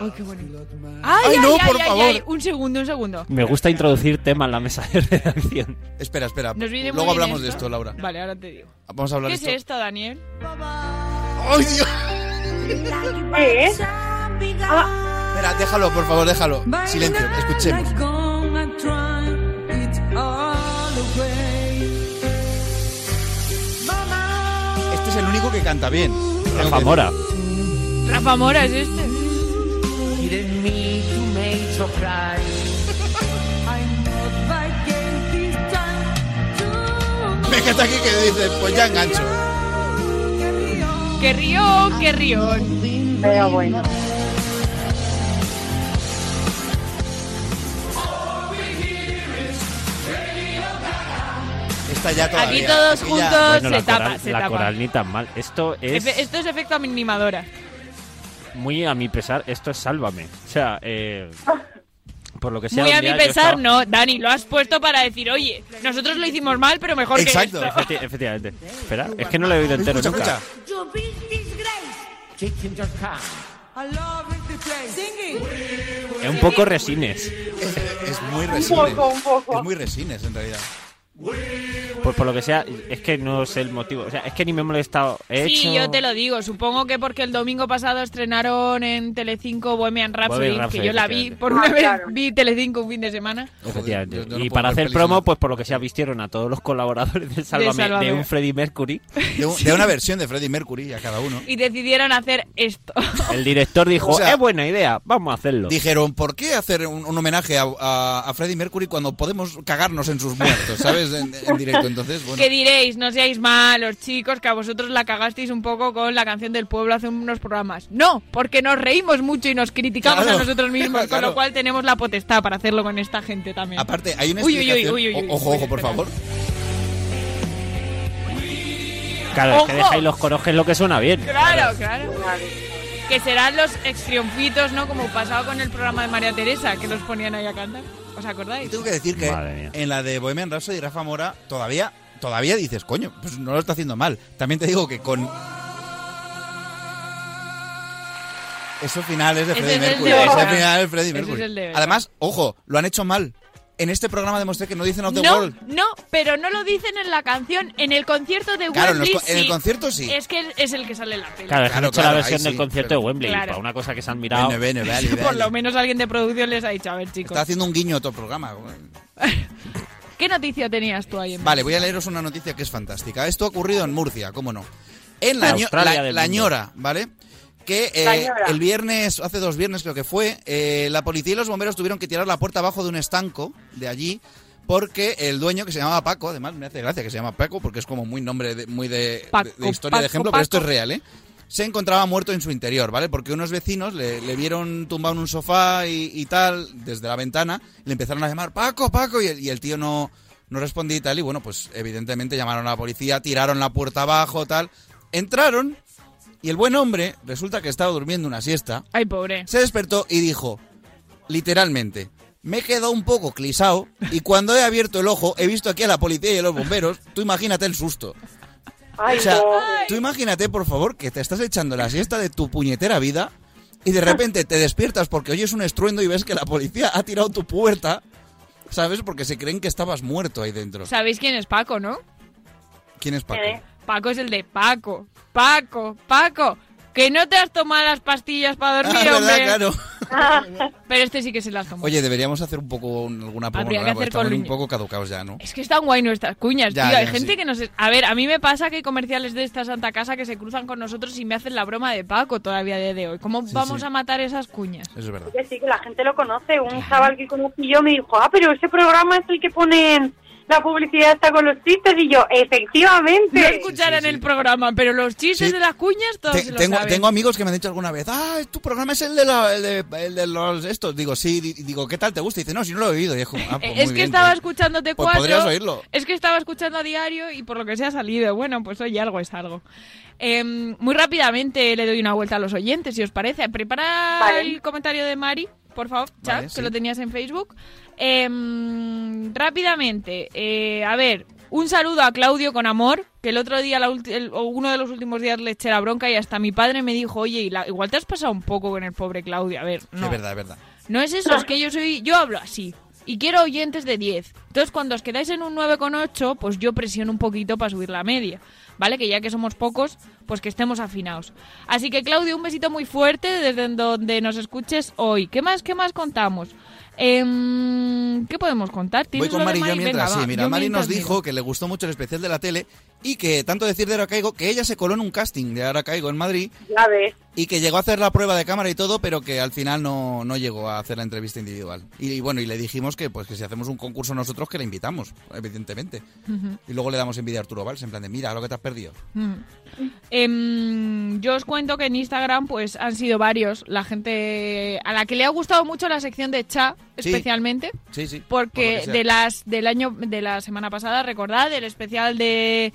I: ¡Ay, qué bonito! ¡Ay,
A: Ay, no, por favor.
I: Un segundo, un segundo.
B: Me gusta introducir tema en la mesa de redacción.
A: Espera, espera.
I: Nos viene muy
A: luego
I: bien
A: hablamos de esto, Laura.
I: Vale, ahora te digo.
A: Vamos a hablar
I: ¿Qué
A: de
I: es
A: esto.
I: esto, Daniel?
A: ¡Ay, Dios!
J: ¿eh? ¿Qué es? Ah,
A: Espera, déjalo, por favor, déjalo. Silencio, escuchemos. Este es el único que canta bien.
B: Rafa Mora.
I: Rafa Mora es este.
A: Me encanta aquí que dice, pues ya engancho.
I: Que río, que río.
J: Pero bueno.
A: Está ya todavía.
I: Aquí
A: Aquí
I: todos
A: ya-
I: juntos
B: Bueno,
I: se
B: la
I: tapa,
B: coral,
I: se
B: la
I: tapa.
B: coral ni tan mal. Esto es
I: Efe- esto es efecto animadora.
B: muy a mi pesar. Esto es sálvame. O sea, eh, por lo que sea.
I: Ah. Muy
B: un
I: a mi
B: día yo
I: pesar,
B: estaba-
I: no, Dani, lo has puesto para decir, oye, nosotros lo hicimos mal, pero mejor que esto.
B: Efecti- efectivamente. Espera, es que no lo he oído entero
A: Escucha,
B: nunca.
A: escucha.
B: Es un poco resines.
A: Es, es muy
J: Un
A: resines.
J: poco, un poco.
A: Es muy resines, en realidad.
B: Pues por lo que sea, es que no sé el motivo. O sea, es que ni me he molestado. He
I: Sí,
B: hecho-
I: yo te lo digo. Supongo que porque el domingo pasado estrenaron en Telecinco Bohemian Rhapsody,
B: Bohemian Rhapsody,
I: que yo la vi
B: efectivamente.
I: por una
J: Ah,
I: vez,
J: claro.
I: vi Telecinco un fin de semana.
B: Efectivamente.
A: Joder, yo- yo no
B: y
A: puedo
B: para
A: ver
B: hacer
A: pelis
B: promo,
A: nada.
B: pues por lo que sea, vistieron a todos los colaboradores de Sálvame,
I: Sálvame.
B: de un Freddie Mercury.
A: De, un- de una versión de Freddie Mercury a cada uno.
I: Y decidieron hacer esto.
B: El director dijo,
A: O sea-
B: es buena idea, vamos a hacerlo.
A: Dijeron, ¿por qué hacer un, un homenaje a, a, a Freddie Mercury cuando podemos cagarnos en sus muertos, ¿sabes? En, en directo. Entonces, bueno.
I: Que diréis, no seáis malos, chicos, que a vosotros la cagasteis un poco con la canción del pueblo hace unos programas. No, porque nos reímos mucho y nos criticamos
A: Claro.
I: a nosotros mismos, con
A: Claro.
I: lo cual tenemos la potestad para hacerlo con esta gente también.
A: Aparte, hay una
I: Uy, uy, uy,
A: explicación.
I: uy, uy, uy,
A: O- ojo, ojo,
I: espera.
A: por favor.
B: Claro, es que
I: ¡Ojo!
B: dejáis los coros, que es lo que suena bien.
I: Claro, claro. Que serán los extriunfitos, ¿no? Como pasaba con el programa de María Teresa, que los ponían ahí a cantar. ¿Os
A: Y
I: acordáis?
A: tengo que decir que
B: Madre mía.
A: en la de Bohemian Rhapsody y Rafa Mora todavía, todavía dices, coño, pues no lo está haciendo mal. También te digo que con... Esos finales de
I: Ese
A: Freddie
I: es el
A: Mercury.
I: de
A: Esos
I: verdad.
A: finales de Freddie
I: Ese es
A: Mercury.
I: el de verdad.
A: Además, ojo, lo han hecho mal. En este programa demostré que no dicen Of the
I: No,
A: World.
I: no, pero no lo dicen en la canción, en el concierto de
A: Claro, en los
I: Wembley.
A: co- en el
I: sí.
A: concierto sí.
I: Es que es el que sale en la peli.
B: Claro, es que han
A: Claro,
B: hecho
A: claro,
B: la versión
A: ahí
B: del
A: sí,
B: concierto
A: pero-
B: de Wembley,
I: Claro.
B: para una cosa que se han mirado.
A: Bene, bene, vale,
I: Por
A: vale.
I: lo menos alguien de producción les ha dicho, a ver, chicos.
A: Está haciendo un guiño a otro programa.
I: ¿Qué noticia tenías tú ahí? en
A: Vale, voy a leeros una noticia que es fantástica. Esto ha ocurrido en Murcia, cómo no. En la,
B: La
A: ño-
B: Australia
A: la-
B: del
A: la
B: mundo.
A: ñora, ¿vale? Que eh,
J: La ñora.
A: el viernes, hace dos viernes creo que fue, eh, la policía y los bomberos tuvieron que tirar la puerta abajo de un estanco de allí porque el dueño, que se llamaba Paco, además me hace gracia que se llama Paco porque es como muy nombre, de- muy de,
I: Paco,
A: de- de historia de
I: Paco,
A: ejemplo,
I: Paco.
A: pero esto es real, ¿eh? Se encontraba muerto en su interior, ¿vale? Porque unos vecinos le, le vieron tumbado en un sofá y, y tal, desde la ventana, le empezaron a llamar, Paco, Paco, y el, y el tío no, no respondía y tal, y bueno, pues evidentemente llamaron a la policía, tiraron la puerta abajo, tal, entraron, y el buen hombre resulta que estaba durmiendo una siesta,
I: Ay, pobre.
A: se despertó y dijo, literalmente, me he quedado un poco clisao y cuando he abierto el ojo he visto aquí a la policía y a los bomberos, tú imagínate el susto.
J: Ay,
A: O sea,
J: pobre.
A: tú imagínate, por favor, que te estás echando la siesta de tu puñetera vida y de repente te despiertas porque oyes un estruendo y ves que la policía ha tirado tu puerta, ¿sabes? Porque se creen que estabas muerto ahí dentro.
I: ¿Sabéis quién es Paco, no?
A: ¿Quién es Paco?
J: ¿Eh?
I: Paco es el de Paco. Paco, Paco. Que no te has tomado las pastillas para
A: Ah,
I: dormir,
A: ¿verdad?
I: hombre.
A: Claro.
I: Pero este sí que se las tomó.
A: Oye, deberíamos hacer un poco un- alguna promo
I: Habría que
A: nueva, porque
I: hacer
A: estamos un
I: columna.
A: poco caducados ya, ¿no?
I: Es que están guay nuestras cuñas,
A: Ya,
I: tío. Hay
A: ya,
I: gente
A: sí.
I: que nos... A ver, a mí me pasa que hay comerciales de esta santa casa que se cruzan con nosotros y me hacen la broma de Paco todavía a día de hoy. ¿Cómo vamos
A: sí.
I: a matar esas cuñas?
A: Eso es verdad.
J: Que sí, que la gente lo conoce. Un chaval que conocí yo me dijo, ah, pero ese programa es el que ponen la publicidad está con los chistes. Y yo,
I: No
J: efectivamente.
I: escucharán
A: sí.
I: el programa, pero los chistes
A: Sí.
I: de las cuñas todos
A: Te-
I: se lo
A: tengo,
I: saben.
A: tengo amigos que me han dicho alguna vez, ah, tu programa es el de, la- el de, el de los estos. Digo, sí, di- digo, ¿qué tal te gusta? Y dice, no, si no lo he oído. Y es como, ah, pues
I: Eh,
A: muy
I: es que
A: bien,
I: estaba
A: pues.
I: escuchándote
A: Pues
I: cuatro.
A: podrías oírlo.
I: Es que estaba escuchando a diario y por lo que se ha salido. Bueno, pues oye, algo es algo. Em, muy rápidamente le doy una vuelta a los oyentes, si os parece. Prepara
J: Vale.
I: el comentario de Mari, por favor, chat,
A: Vale,
I: que
A: sí.
I: lo tenías en Facebook. Em, rápidamente, eh, a ver, un saludo a Claudio con amor, que el otro día, la ulti- el- o uno de los últimos días le eché la bronca y hasta mi padre me dijo, oye, y la- igual te has pasado un poco con el pobre Claudio. A ver, no.
A: Es verdad, es verdad.
I: No es eso, es que yo soy yo hablo así. Y quiero oyentes de 10. Entonces, cuando os quedáis en un 9,8, pues yo presiono un poquito para subir la media. ¿vale? Que ya que somos pocos, pues que estemos afinados. Así que Claudio, un besito muy fuerte desde donde nos escuches hoy. ¿Qué más, qué más contamos? Em, ¿Qué podemos contar?
A: Voy
I: ¿Tienes
A: con
I: lo de
A: Mari yo
I: Mari?
A: mientras,
I: Venga,
A: sí,
I: va,
A: mira,
I: yo
A: Mari
I: mientras
A: nos dijo que le gustó mucho el especial de la tele y que tanto decir de Aracaigo que ella se coló en un casting de Aracaigo en Madrid
J: Ya ves.
A: y que llegó a hacer la prueba de cámara y todo, pero que al final no, no llegó a hacer la entrevista individual. Y, y bueno, y le dijimos que pues que si hacemos un concurso nosotros que la invitamos, evidentemente.
I: Ujú.
A: Y luego le damos envidia a Arturo Valls, en plan de mira lo que te has perdido.
I: Mm. Em, yo os cuento que en Instagram pues han sido varios la gente a la que le ha gustado mucho la sección de Cha
A: Sí.
I: especialmente
A: Sí, sí. por
I: porque
A: lo que sea.
I: de las del año de la semana pasada recordad el especial de,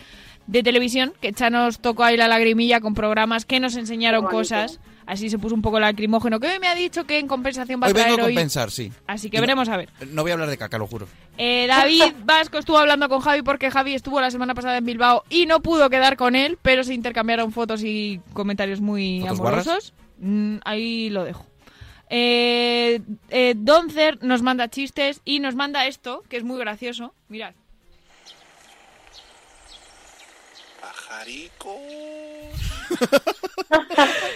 I: de televisión que Cha nos tocó ahí la lagrimilla con programas que nos enseñaron
A: Qué bonito.
I: cosas así se puso un poco lacrimógeno que hoy me ha dicho que en compensación va
A: Hoy
I: a traer
A: vengo a
I: hoy
A: compensar, sí.
I: así que
A: Y no-
I: veremos a ver
A: No voy a hablar de caca, lo juro.
I: eh, David Vasco estuvo hablando con Javi porque Javi estuvo la semana pasada en Bilbao y no pudo quedar con él, pero se intercambiaron fotos y comentarios muy
L: ¿Fotos
I: amorosos. Mm, ahí lo dejo. Eh, eh, Doncer nos manda chistes y nos manda esto, que es muy gracioso. Mirad.
M: Pajarico.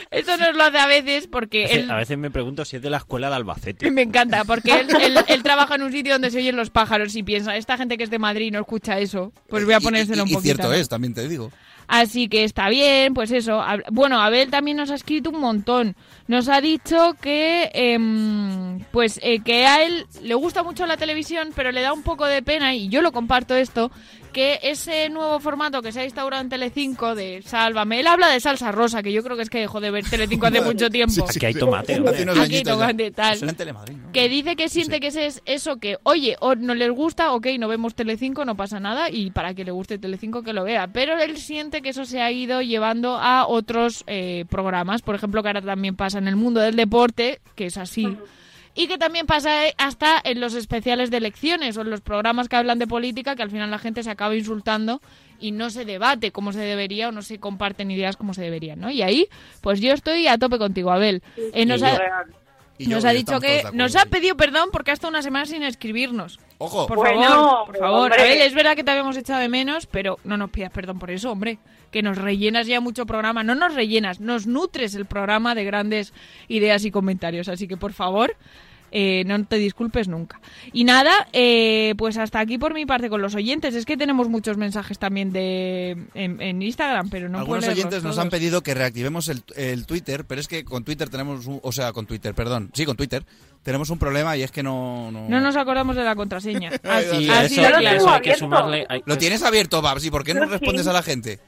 I: Esto nos lo hace a veces porque
B: Es que
I: él-
B: A veces me pregunto si es de la escuela de Albacete.
I: me encanta, porque él, él- él trabaja en un sitio donde se oyen los pájaros y piensa, esta gente que es de Madrid no escucha eso, pues voy a
A: Y- y-
I: ponérselo un
A: y, y
I: poquito.
A: cierto
I: ¿no?
A: es, también te digo.
I: Así que está bien, pues eso. Hab- Bueno, Abel también nos ha escrito un montón. Nos ha dicho que, em, pues, eh, que a él le gusta mucho la televisión, pero le da un poco de pena, y yo lo comparto esto, que ese nuevo formato que se ha instaurado en Telecinco de Sálvame, él habla de salsa rosa, que yo creo que es que dejó de ver Telecinco hace mucho tiempo.
B: Aquí hay tomate, hombre.
A: Hace unos
I: Aquí hay
A: añitos ya.
I: tomate, tal.
A: Suena en Telemadrid, ¿no?
I: Que dice que siente que ese es eso que, oye, o no les gusta, ok, no vemos Telecinco, no pasa nada, y para que le guste Telecinco que lo vea. Pero él siente que eso se ha ido llevando a otros eh, programas, por ejemplo, que ahora también pasa en el mundo del deporte, que es así. Y que también pasa eh, hasta en los especiales de elecciones o en los programas que hablan de política, que al final la gente se acaba insultando y no se debate como se debería o no se comparten ideas como se deberían, ¿no? Y ahí, pues yo estoy a tope contigo, Abel. Eh, nos ha-
A: Y yo-
I: nos
A: y
I: ha dicho
A: estamos todos
I: que
A: de acuerdo, Oh,
I: nos ha pedido perdón porque ha estado una semana sin escribirnos.
A: Ojo.
I: Por
A: Bueno,
I: favor, por favor.
A: hombre.
I: Abel, es verdad que te habíamos echado de menos, pero no nos pidas perdón por eso, hombre. Que nos rellenas ya mucho programa. No nos rellenas, nos nutres el programa de grandes ideas y comentarios. Así que, por favor, eh, no te disculpes nunca. Y nada, eh, pues hasta aquí por mi parte con los oyentes. Es que tenemos muchos mensajes también de en, en Instagram, pero no
A: Algunos
I: puedo leerlos
A: oyentes nos
I: todos.
A: han pedido que reactivemos el, el Twitter, pero es que con Twitter tenemos un, o sea, con Twitter, perdón, sí, con Twitter tenemos un problema y es que no, no...
I: No nos acordamos de la contraseña. Así,
B: Y
I: así
B: eso,
I: de
B: y
I: claro.
B: eso hay que sumarle. hay-
A: Lo tienes abierto, Babs, ¿y por qué no
J: Sí.
A: respondes a la gente?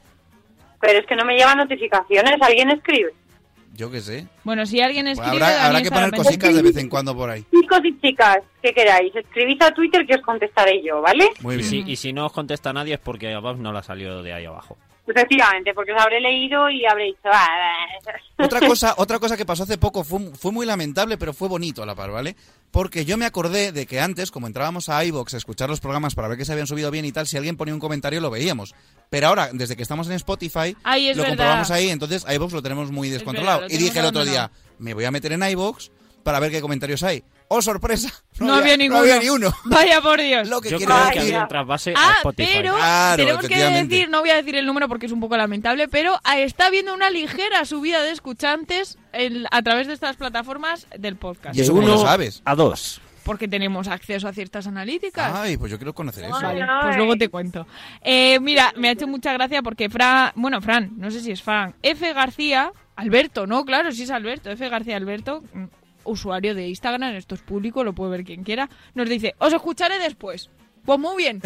J: Pero es que no me llevan notificaciones. ¿Alguien escribe?
A: Yo qué sé.
I: Bueno, si alguien escribe...
A: Pues habrá
I: Dani
A: habrá que
I: está
A: poner
I: pendiente.
A: cositas de vez en cuando por ahí.
J: Chicos y chicas, ¿qué queráis? Escribid a Twitter que os contestaré yo, ¿vale?
A: Muy
B: y, si, y si no os contesta nadie es porque a Bob no la salió de ahí abajo.
J: Pues Efectivamente, porque os habré leído y habré dicho... "Ah, bah".
A: Otra cosa, otra cosa que pasó hace poco fue, fue muy lamentable, pero fue bonito a la par, ¿vale? Porque yo me acordé de que antes, como entrábamos a iBox a escuchar los programas para ver que se habían subido bien y tal, si alguien ponía un comentario lo veíamos. Pero ahora, desde que estamos en Spotify,
I: Ay, es
A: lo
I: verdad.
A: comprobamos ahí, entonces iBox lo tenemos muy descontrolado.
I: lo
A: y dije el
I: tenemos
A: otro día, me voy a meter en iBox para ver qué comentarios hay. ¡Oh, sorpresa!
I: No, había, ninguno.
A: No había ni uno.
I: Vaya por Dios.
A: Lo que
B: Yo
A: quiero
B: creo
A: decir-
B: que había un trasvase Eh, a
I: Ah,
B: Spotify.
I: pero
A: Claro,
I: tenemos que
A: efectivamente.
I: decir, no voy a decir el número porque es un poco lamentable, pero ah, está habiendo una ligera subida de escuchantes en- a través de estas plataformas del podcast.
B: De
A: cómo lo
B: uno
A: sabes?
B: a dos.
I: Porque tenemos acceso a ciertas analíticas.
A: Ay, pues yo quiero conocer eso.
I: Vale, pues luego te cuento. Eh, mira, me ha hecho mucha gracia porque Fran, bueno, Fran, no sé si es Fran, F. García, Alberto, no, claro, sí es Alberto, F. García Alberto, mm, usuario de Instagram, esto es público, lo puede ver quien quiera, nos dice, os escucharé después. Pues muy bien.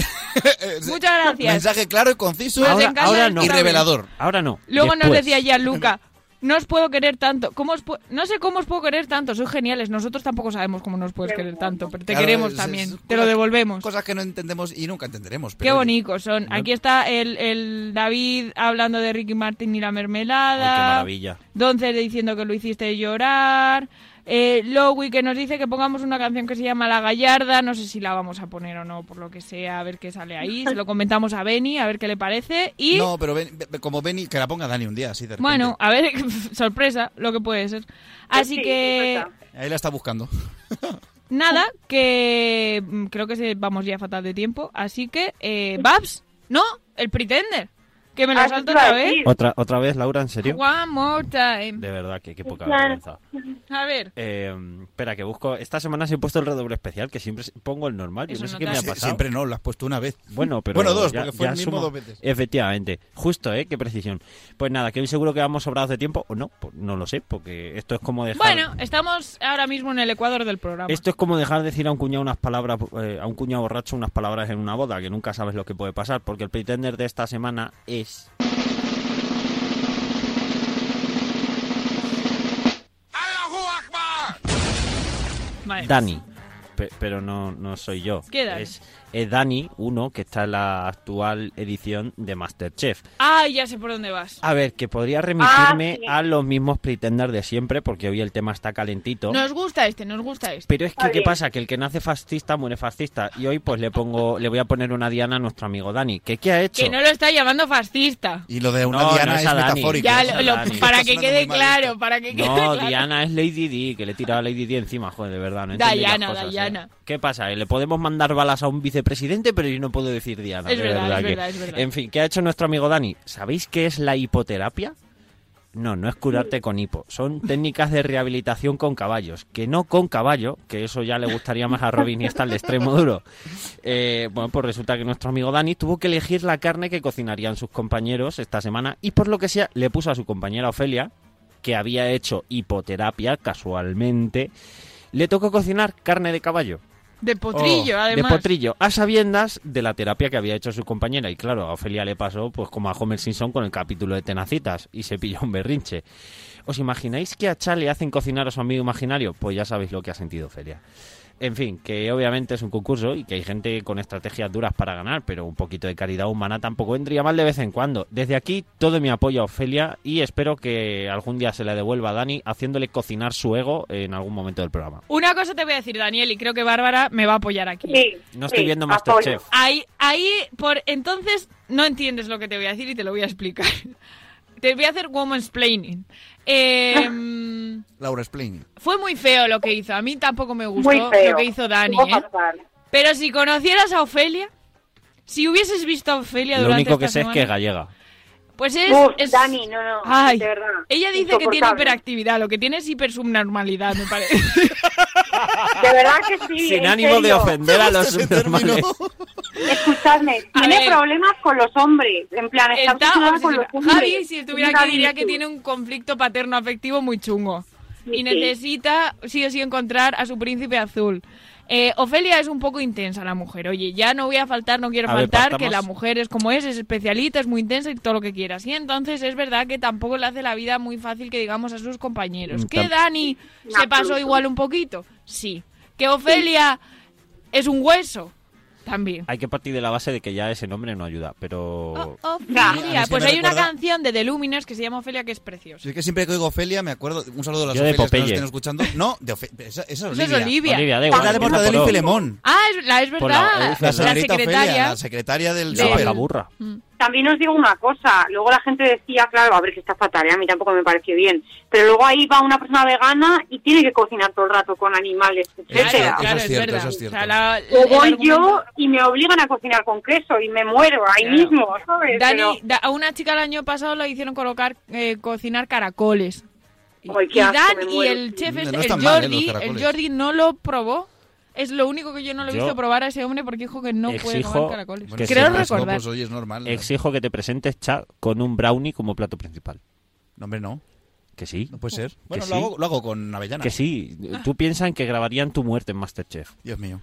I: Muchas gracias.
A: Eh, Mensaje claro y conciso
I: Nos encanta
B: ahora
I: el
B: no.
A: y
I: Instagram.
A: revelador.
B: Ahora no.
I: Luego nos
B: después.
I: decía ya Luca, no os puedo querer tanto. ¿Cómo os pu- no sé cómo os puedo querer tanto, sois geniales. Nosotros tampoco sabemos cómo nos puedes querer tanto, pero te
A: Claro,
I: queremos
A: es-
I: también.
A: es-
I: te lo devolvemos.
A: Cosas que no entendemos y nunca entenderemos.
I: Qué
A: pero oye,
I: bonitos son. Aquí está el, el David hablando de Ricky Martin y la
B: Ay, qué
I: mermelada.
B: maravilla.
I: Donces diciendo que lo hiciste llorar. Eh, Lowy que nos dice que pongamos una canción que se llama La Gallarda. No sé si la vamos a poner o no, por lo que sea, a ver qué sale ahí. Se lo comentamos a Benny, a ver qué le parece. Y
A: No, pero Ben- be- como Benny, que la ponga Dani un día, así de repente.
I: bueno, a ver, sorpresa, lo que puede ser. Así que
J: pues,
A: Ahí la está buscando.
I: nada, que mm, creo que se- vamos ya fatal de tiempo. Así que, eh, Babs, no, el Pretender. Que
J: ah,
I: me lo salto otra vez.
B: ¿Otra, ¿Otra vez, Laura? ¿En serio?
I: One more time.
B: De verdad, que qué poca
I: Claro.
B: vergüenza.
I: A ver.
B: Eh, espera, que busco. Esta semana sí he puesto el redoble especial, que siempre pongo el normal. Yo
A: Eso
B: no sé
A: no
B: qué
A: te
B: me ha
A: hace.
B: pasado.
A: Siempre no, lo has puesto una vez.
B: Bueno, pero.
A: Bueno, dos,
B: ya-
A: porque fue el
B: ya
A: mismo
B: suma.
A: dos veces.
B: Efectivamente. Justo, ¿eh? Qué precisión. Pues nada, que hoy seguro que vamos sobrados de tiempo, o no, pues no lo sé, porque esto es como dejar.
I: Bueno, estamos ahora mismo en el ecuador del programa.
B: Esto es como dejar de decir a un cuñado unas palabras, eh, a un cuñado borracho unas palabras en una boda, que nunca sabes lo que puede pasar, porque el pretender de esta semana es.
I: Vale.
B: Dani. Pe- pero no, no soy yo.
I: ¿Qué Dani?
B: Es, es Dani, uno que está en la actual edición de Masterchef.
I: Ay, ya sé por dónde vas.
B: A ver, que podría remitirme
I: Ah, sí.
B: a los mismos pretenders de siempre, porque hoy el tema está calentito.
I: Nos gusta este, nos gusta este.
B: Pero es que, ¿qué pasa? Que el que nace fascista muere fascista. Y hoy, pues le pongo, le voy a poner una diana a nuestro amigo Dani. ¿Qué, qué ha hecho?
I: Que no lo está llamando fascista.
A: Y lo de
B: una
A: diana es metafórico.
I: Ya,
A: es
I: lo-
A: a
I: lo-
A: Dani.
I: para
A: Está
I: que
A: sonando muy
I: quede
A: mal
I: claro, para que quede
B: No,
I: claro.
B: Diana es Lady Di, que le tiraba a Lady Di encima, joder, de verdad. No entendéis las
I: Diana,
B: cosas, ¿eh?
I: Diana.
B: ¿Qué pasa? Le podemos mandar balas a un vicepresidente, pero yo no puedo decir Diana.
I: Es
B: de
I: verdad, es
B: que-
I: verdad, es verdad.
B: En fin, ¿qué ha hecho nuestro amigo Dani? ¿Sabéis qué es la hipoterapia? No, no es curarte con hipo. Son técnicas de rehabilitación con caballos. Que no con caballo, que eso ya le gustaría más a Robin y está al extremo duro. Eh, bueno, pues resulta que nuestro amigo Dani tuvo que elegir la carne que cocinarían sus compañeros esta semana y por lo que sea le puso a su compañera Ofelia, que había hecho hipoterapia casualmente, le tocó cocinar carne de caballo.
I: De potrillo,
B: Oh,
I: además.
B: De potrillo, a sabiendas de la terapia que había hecho su compañera. Y claro, a Ofelia le pasó pues como a Homer Simpson con el capítulo de Tenacitas y se pilló un berrinche. ¿Os imagináis que a Chá le hacen cocinar a su amigo imaginario? Pues ya sabéis lo que ha sentido Ofelia. En fin, que obviamente es un concurso y que hay gente con estrategias duras para ganar, pero un poquito de caridad humana tampoco vendría mal de vez en cuando. Desde aquí, todo mi apoyo a Ofelia y espero que algún día se le devuelva a Dani haciéndole cocinar su ego en algún momento del programa.
I: Una cosa te voy a decir, Daniel, y creo que Bárbara me va a apoyar aquí.
B: No estoy viendo Masterchef.
I: Ahí, ahí, por entonces no entiendes lo que te voy a decir y te lo voy a explicar. Te voy a hacer Em, woman's planning.
A: Laura Splane.
I: fue muy feo lo que hizo. A mí tampoco me gustó
J: Muy feo.
I: lo que hizo Dani.
J: Estuvo
I: ¿eh? Pero si conocieras a Ofelia, si hubieses visto a Ofelia
B: Lo
I: durante
B: único que
I: esta
B: sé es
I: semana-
B: que es gallega.
I: Pues es,
J: Uf,
I: es-
J: Dani, no, no,
I: Ay,
J: de verdad,
I: Ella dice que tiene
J: insoportable.
I: hiperactividad, lo que tiene es hipersubnormalidad, me parece.
J: De verdad que sí.
B: Sin
J: en
B: ánimo de
J: serio.
B: ofender a los subnormales.
J: Escuchadme, tiene
I: ver.
J: problemas con los hombres. En plan, está
I: Está
J: obsesionada con los
I: obsesionada.
J: hombres.
I: Javi, si estuviera
J: Una
I: aquí, diría que
J: virtud.
I: tiene un conflicto paterno afectivo muy chungo.
J: Sí,
I: Y
J: sí.
I: necesita, sí o sí, encontrar a su príncipe azul. Eh, Ofelia es un poco intensa la mujer. Oye, ya no voy a faltar, no quiero
B: A ver,
I: faltar,
B: partamos.
I: que la mujer es como es, es especialita, es muy intensa y todo lo que quieras. Y entonces es verdad que tampoco le hace la vida muy fácil que digamos a sus compañeros.
B: Mm,
I: ¿Que
B: tam-
I: Dani se pasó
J: absoluto.
I: igual un poquito? Sí. ¿Que Ofelia es un hueso? También.
B: Hay que partir de la base de que ya ese nombre no ayuda, pero...
I: Ofelia.
A: Oh, A mí sí me
I: Pues hay una
A: recuerda-
I: canción de The Luminers que se llama Ofelia que es preciosa.
A: Si es que siempre que oigo Ofelia, me acuerdo. Un saludo a las
B: Yo de
A: Ofelias que nos
B: Popeye.
A: estén escuchando. No, de Ofe- esa, esa es
I: Esa
A: Olivia.
I: es Olivia.
B: Olivia, da
A: Es la
B: igual.
A: de
B: empieza por
A: Mortadelo
B: O.
A: y Filemón.
I: Ah, es, la, es
B: Por
I: verdad.
B: la-
I: La,
B: la
A: eh, señorita Ofelia,
I: secretaria.
A: la secretaria del
B: La
A: súper.
B: vaca burra.
J: También os digo una cosa, luego la gente decía, claro, a ver que está fatal, ¿eh? a mí tampoco me pareció bien, pero luego ahí va una persona vegana y tiene que cocinar todo el rato con animales,
I: Claro,
J: etcétera.
A: Eso
I: claro,
A: es
I: es
A: cierto,
I: verdad.
A: eso es cierto.
I: O sea, la-
J: O
I: el
J: voy yo
I: argumento-
J: y me obligan a cocinar con queso y me muero ahí
I: Claro.
J: mismo, ¿sabes?
I: Dani, da- a una chica el año pasado la hicieron colocar, eh, cocinar caracoles. Y,
J: Ay, qué
I: y
J: asco, me
I: Dan y
J: muero.
I: el chef,
A: No
I: es- el
A: están mal, ¿eh?
I: Jordi,
A: los
I: el
A: caracoles.
I: Jordi no lo probó. Es lo único que yo no lo he
B: Yo
I: visto probar a ese hombre porque dijo que no puede
B: exijo
I: comer caracoles.
B: que
I: Creo
B: siempre es
A: No,
I: recordar.
A: pues oye, es normal.
B: Exijo que te presentes, chat, con un brownie como plato principal.
A: No, hombre, no.
B: Que sí,
A: No puede ser. Bueno,
B: Que
A: lo,
B: sí.
A: hago, lo hago con avellana.
B: que sí. Tú piensas en que grabarían tu muerte en Masterchef.
A: Dios mío.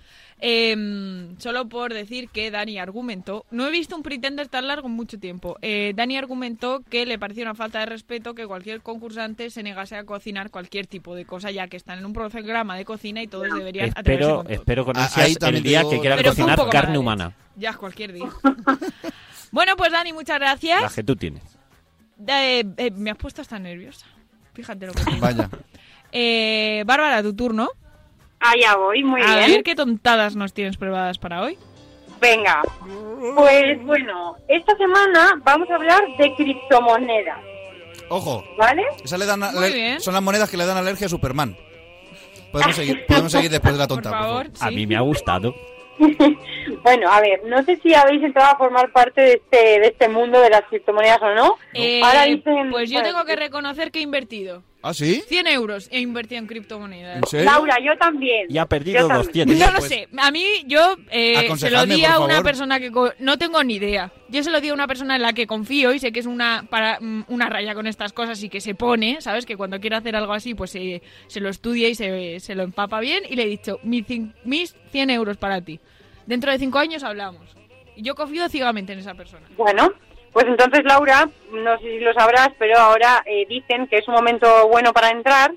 I: Eh, solo por decir que Dani argumentó, no he visto un pretender tan largo en mucho tiempo. Eh, Dani argumentó que le parecía una falta de respeto que cualquier concursante se negase a cocinar cualquier tipo de cosa, ya que están en un programa de cocina y todos deberían atreverse
B: Espero,
I: con todo.
B: espero con
A: Ah,
B: ansias
A: ahí también
B: el día
A: te digo-
B: que quieran
I: Pero fue un
B: cocinar
I: poco mala
B: carne
I: leche.
B: humana.
I: Ya, cualquier día. bueno, pues Dani, muchas
B: La
I: gracias.
B: que tú tienes.
I: Eh, eh, me has puesto hasta nerviosa. Fíjate lo que te digo.
A: Vaya.
I: Eh, Bárbara, tu turno.
J: Allá voy, muy
I: a
J: bien.
I: ver qué tontadas nos tienes preparadas para hoy.
J: Venga, pues bueno, esta semana vamos a hablar de criptomonedas,
A: Ojo.
J: ¿vale?
A: Esa le dan a-
I: Muy
A: le-
I: bien.
A: son las monedas que le dan alergia a Superman. Podemos seguir, podemos seguir después de la
I: Por
A: tonta. por
I: favor.
A: favor.
B: A
I: sí.
B: mí me ha gustado.
J: Bueno, a ver, no sé si habéis entrado a formar parte de este, de este mundo de las criptomonedas o no.
I: Eh,
J: Ahora dicen... eh,
I: pues yo
J: bueno,
I: tengo que reconocer que he invertido
A: ¿Ah, sí?
I: 100 euros he invertido en criptomonedas.
A: ¿En serio? Laura,
J: yo también.
B: Y ha perdido 200.
I: No lo sé. A mí yo eh, se lo
B: Aconsejadme,
I: di a
B: Pues por
I: una
B: favor.
I: persona que co- no tengo ni idea. Yo se lo di a una persona en la que confío y sé que es una para mm, una raya con estas cosas y que se pone, ¿sabes? Que cuando quiere hacer algo así, pues se, se lo estudia y se, se lo empapa bien. Y le he dicho, "Mi cin- mis 100 euros para ti. Dentro de 5 años hablamos. Y yo confío ciegamente en esa persona.
J: Bueno, pues entonces Laura, no sé si lo sabrás, pero ahora eh, dicen que es un momento bueno para entrar.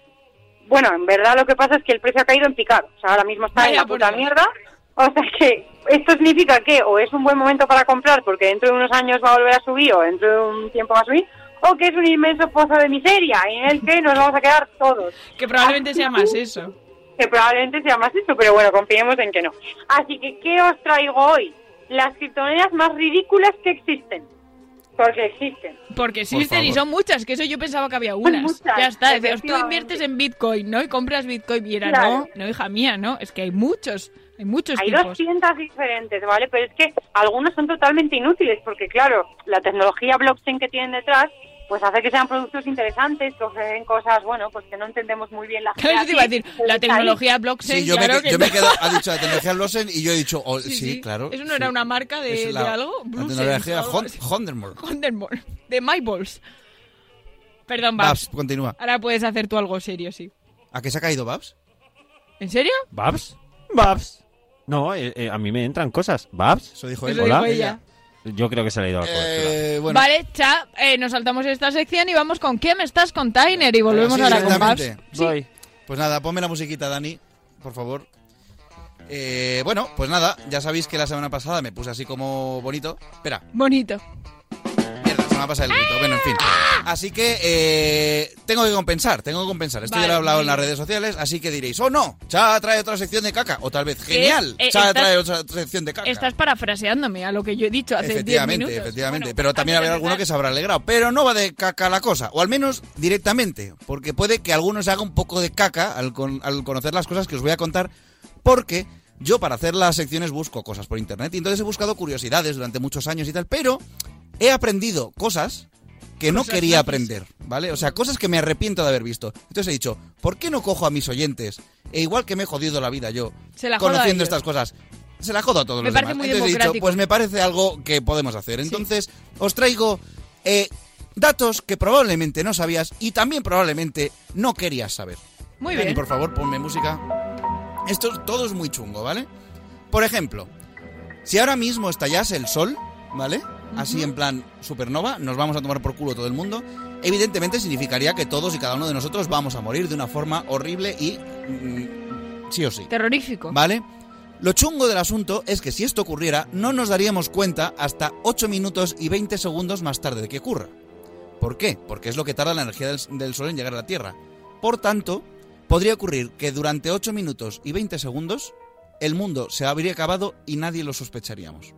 J: Bueno, en verdad lo que pasa es que el precio ha caído en picado. O sea, ahora mismo está en la puta mierda. O sea que esto significa que o es un buen momento para comprar porque dentro de unos años va a volver a subir o dentro de un tiempo va a subir, o que es un inmenso pozo de miseria en el que nos vamos a quedar todos.
I: Que probablemente sea
J: Ah,
I: más eso.
J: Que probablemente sea más eso, pero bueno, confiemos en que no. Así que, ¿qué os traigo hoy? Las criptomonedas más ridículas que existen. Porque existen.
I: Porque
J: Por
I: existen y
J: favor.
I: son muchas, que eso yo pensaba que había unas.
J: muchas,
I: ya está, decías, tú
J: efectivamente.
I: inviertes en Bitcoin, ¿no? Y compras Bitcoin y era,
J: Claro.
I: no, no, hija mía, no, es que hay muchos, hay muchos
J: Hay
I: tipos.
J: 200 diferentes, ¿vale? Pero es que algunos son totalmente inútiles porque, claro, la tecnología blockchain que tienen detrás pues hace que sean productos interesantes, que ofrecen cosas, bueno, pues que no entendemos muy bien la
I: Claro, eso te iba a decir, la tecnología blockchain,
A: Sí, yo,
I: claro
A: me,
I: que
A: yo me he
I: no.
A: quedado, ha dicho la tecnología Blosen y yo he dicho, oh, sí, claro.
I: Eso no
A: sí.
I: era una marca de,
A: Es
I: de
A: la-
I: algo,
A: La
I: Bluesense,
A: tecnología
I: algo
A: Hon-
I: así.
A: Hondermore.
I: Hondermore, de My Balls. Perdón,
A: Babs,
I: Babs.
A: continúa.
I: Ahora puedes hacer tú algo serio, sí.
A: ¿A qué se ha caído Babs?
I: ¿En serio?
B: ¿Babs? ¿Babs? No, eh, eh, a mí me entran cosas. ¿Babs?
A: Eso dijo Eh,
I: Eso ella. dijo ella.
B: Yo creo que se le ha ido la cobertura.
I: Vale, cha, eh, nos saltamos esta sección y vamos con ¿Qué me estás container? Y volvemos ahora con Babs.
A: Voy. Pues nada, ponme la musiquita, Dani, por favor. Eh, bueno, pues nada, ya sabéis que la semana pasada me puse así como bonito. Espera,
I: Bonito.
A: mierda, se me ha pasado el grito. Bueno, en fin.
I: ¡Ah!
A: Así que eh, tengo que compensar, tengo que compensar. Esto ya
I: Vale,
A: lo he hablado
I: muy
A: en las
I: bien.
A: redes sociales, así que diréis, oh no, Cha trae otra sección de caca. O tal vez,
I: ¿Qué?
A: genial,
I: Eh,
A: Cha
I: estás-
A: trae otra sección de caca.
I: Estás parafraseándome a lo que yo he dicho hace 10
A: Efectivamente,
I: minutos. pues
A: efectivamente. pero también habrá alguno que se habrá alegrado. Pero no va de caca la cosa, o al menos directamente, porque puede que alguno se haga un poco de caca al, con- al conocer las cosas que os voy a contar, porque yo para hacer las secciones busco cosas por internet y entonces he buscado curiosidades durante muchos años y tal, pero he aprendido cosas que no
L: Cosas
A: quería
L: nazis.
A: aprender, ¿vale? O sea, cosas que me arrepiento de haber visto. Entonces he dicho, ¿por qué no cojo a mis oyentes? E igual que me he jodido la vida yo
I: Se la jodo a
A: conociendo
I: ellos.
A: estas cosas. Se la jodo a todos
I: Me
A: los
I: parece
A: demás.
I: muy
A: Entonces he dicho,
I: democrático.
A: pues me parece algo que podemos hacer. Entonces, os traigo eh, datos que probablemente no sabías y también probablemente no querías saber.
I: Muy
A: Dani,
I: bien.
A: por favor, ponme música. Esto es- todo es muy chungo, ¿vale? Por ejemplo, si ahora mismo estallase el sol, ¿vale? Así en plan supernova, nos vamos a tomar por culo todo el mundo. Evidentemente significaría que todos y cada uno de nosotros vamos a morir de una forma horrible y mm, sí o sí.
I: Terrorífico.
A: ¿Vale? Lo chungo del asunto es que si esto ocurriera, no nos daríamos cuenta hasta 8 minutos y 20 segundos más tarde de que ocurra. ¿Por qué? Porque es lo que tarda la energía del, del Sol en llegar a la Tierra. Por tanto, podría ocurrir que durante 8 minutos y 20 segundos el mundo se habría acabado y nadie lo sospecharíamos.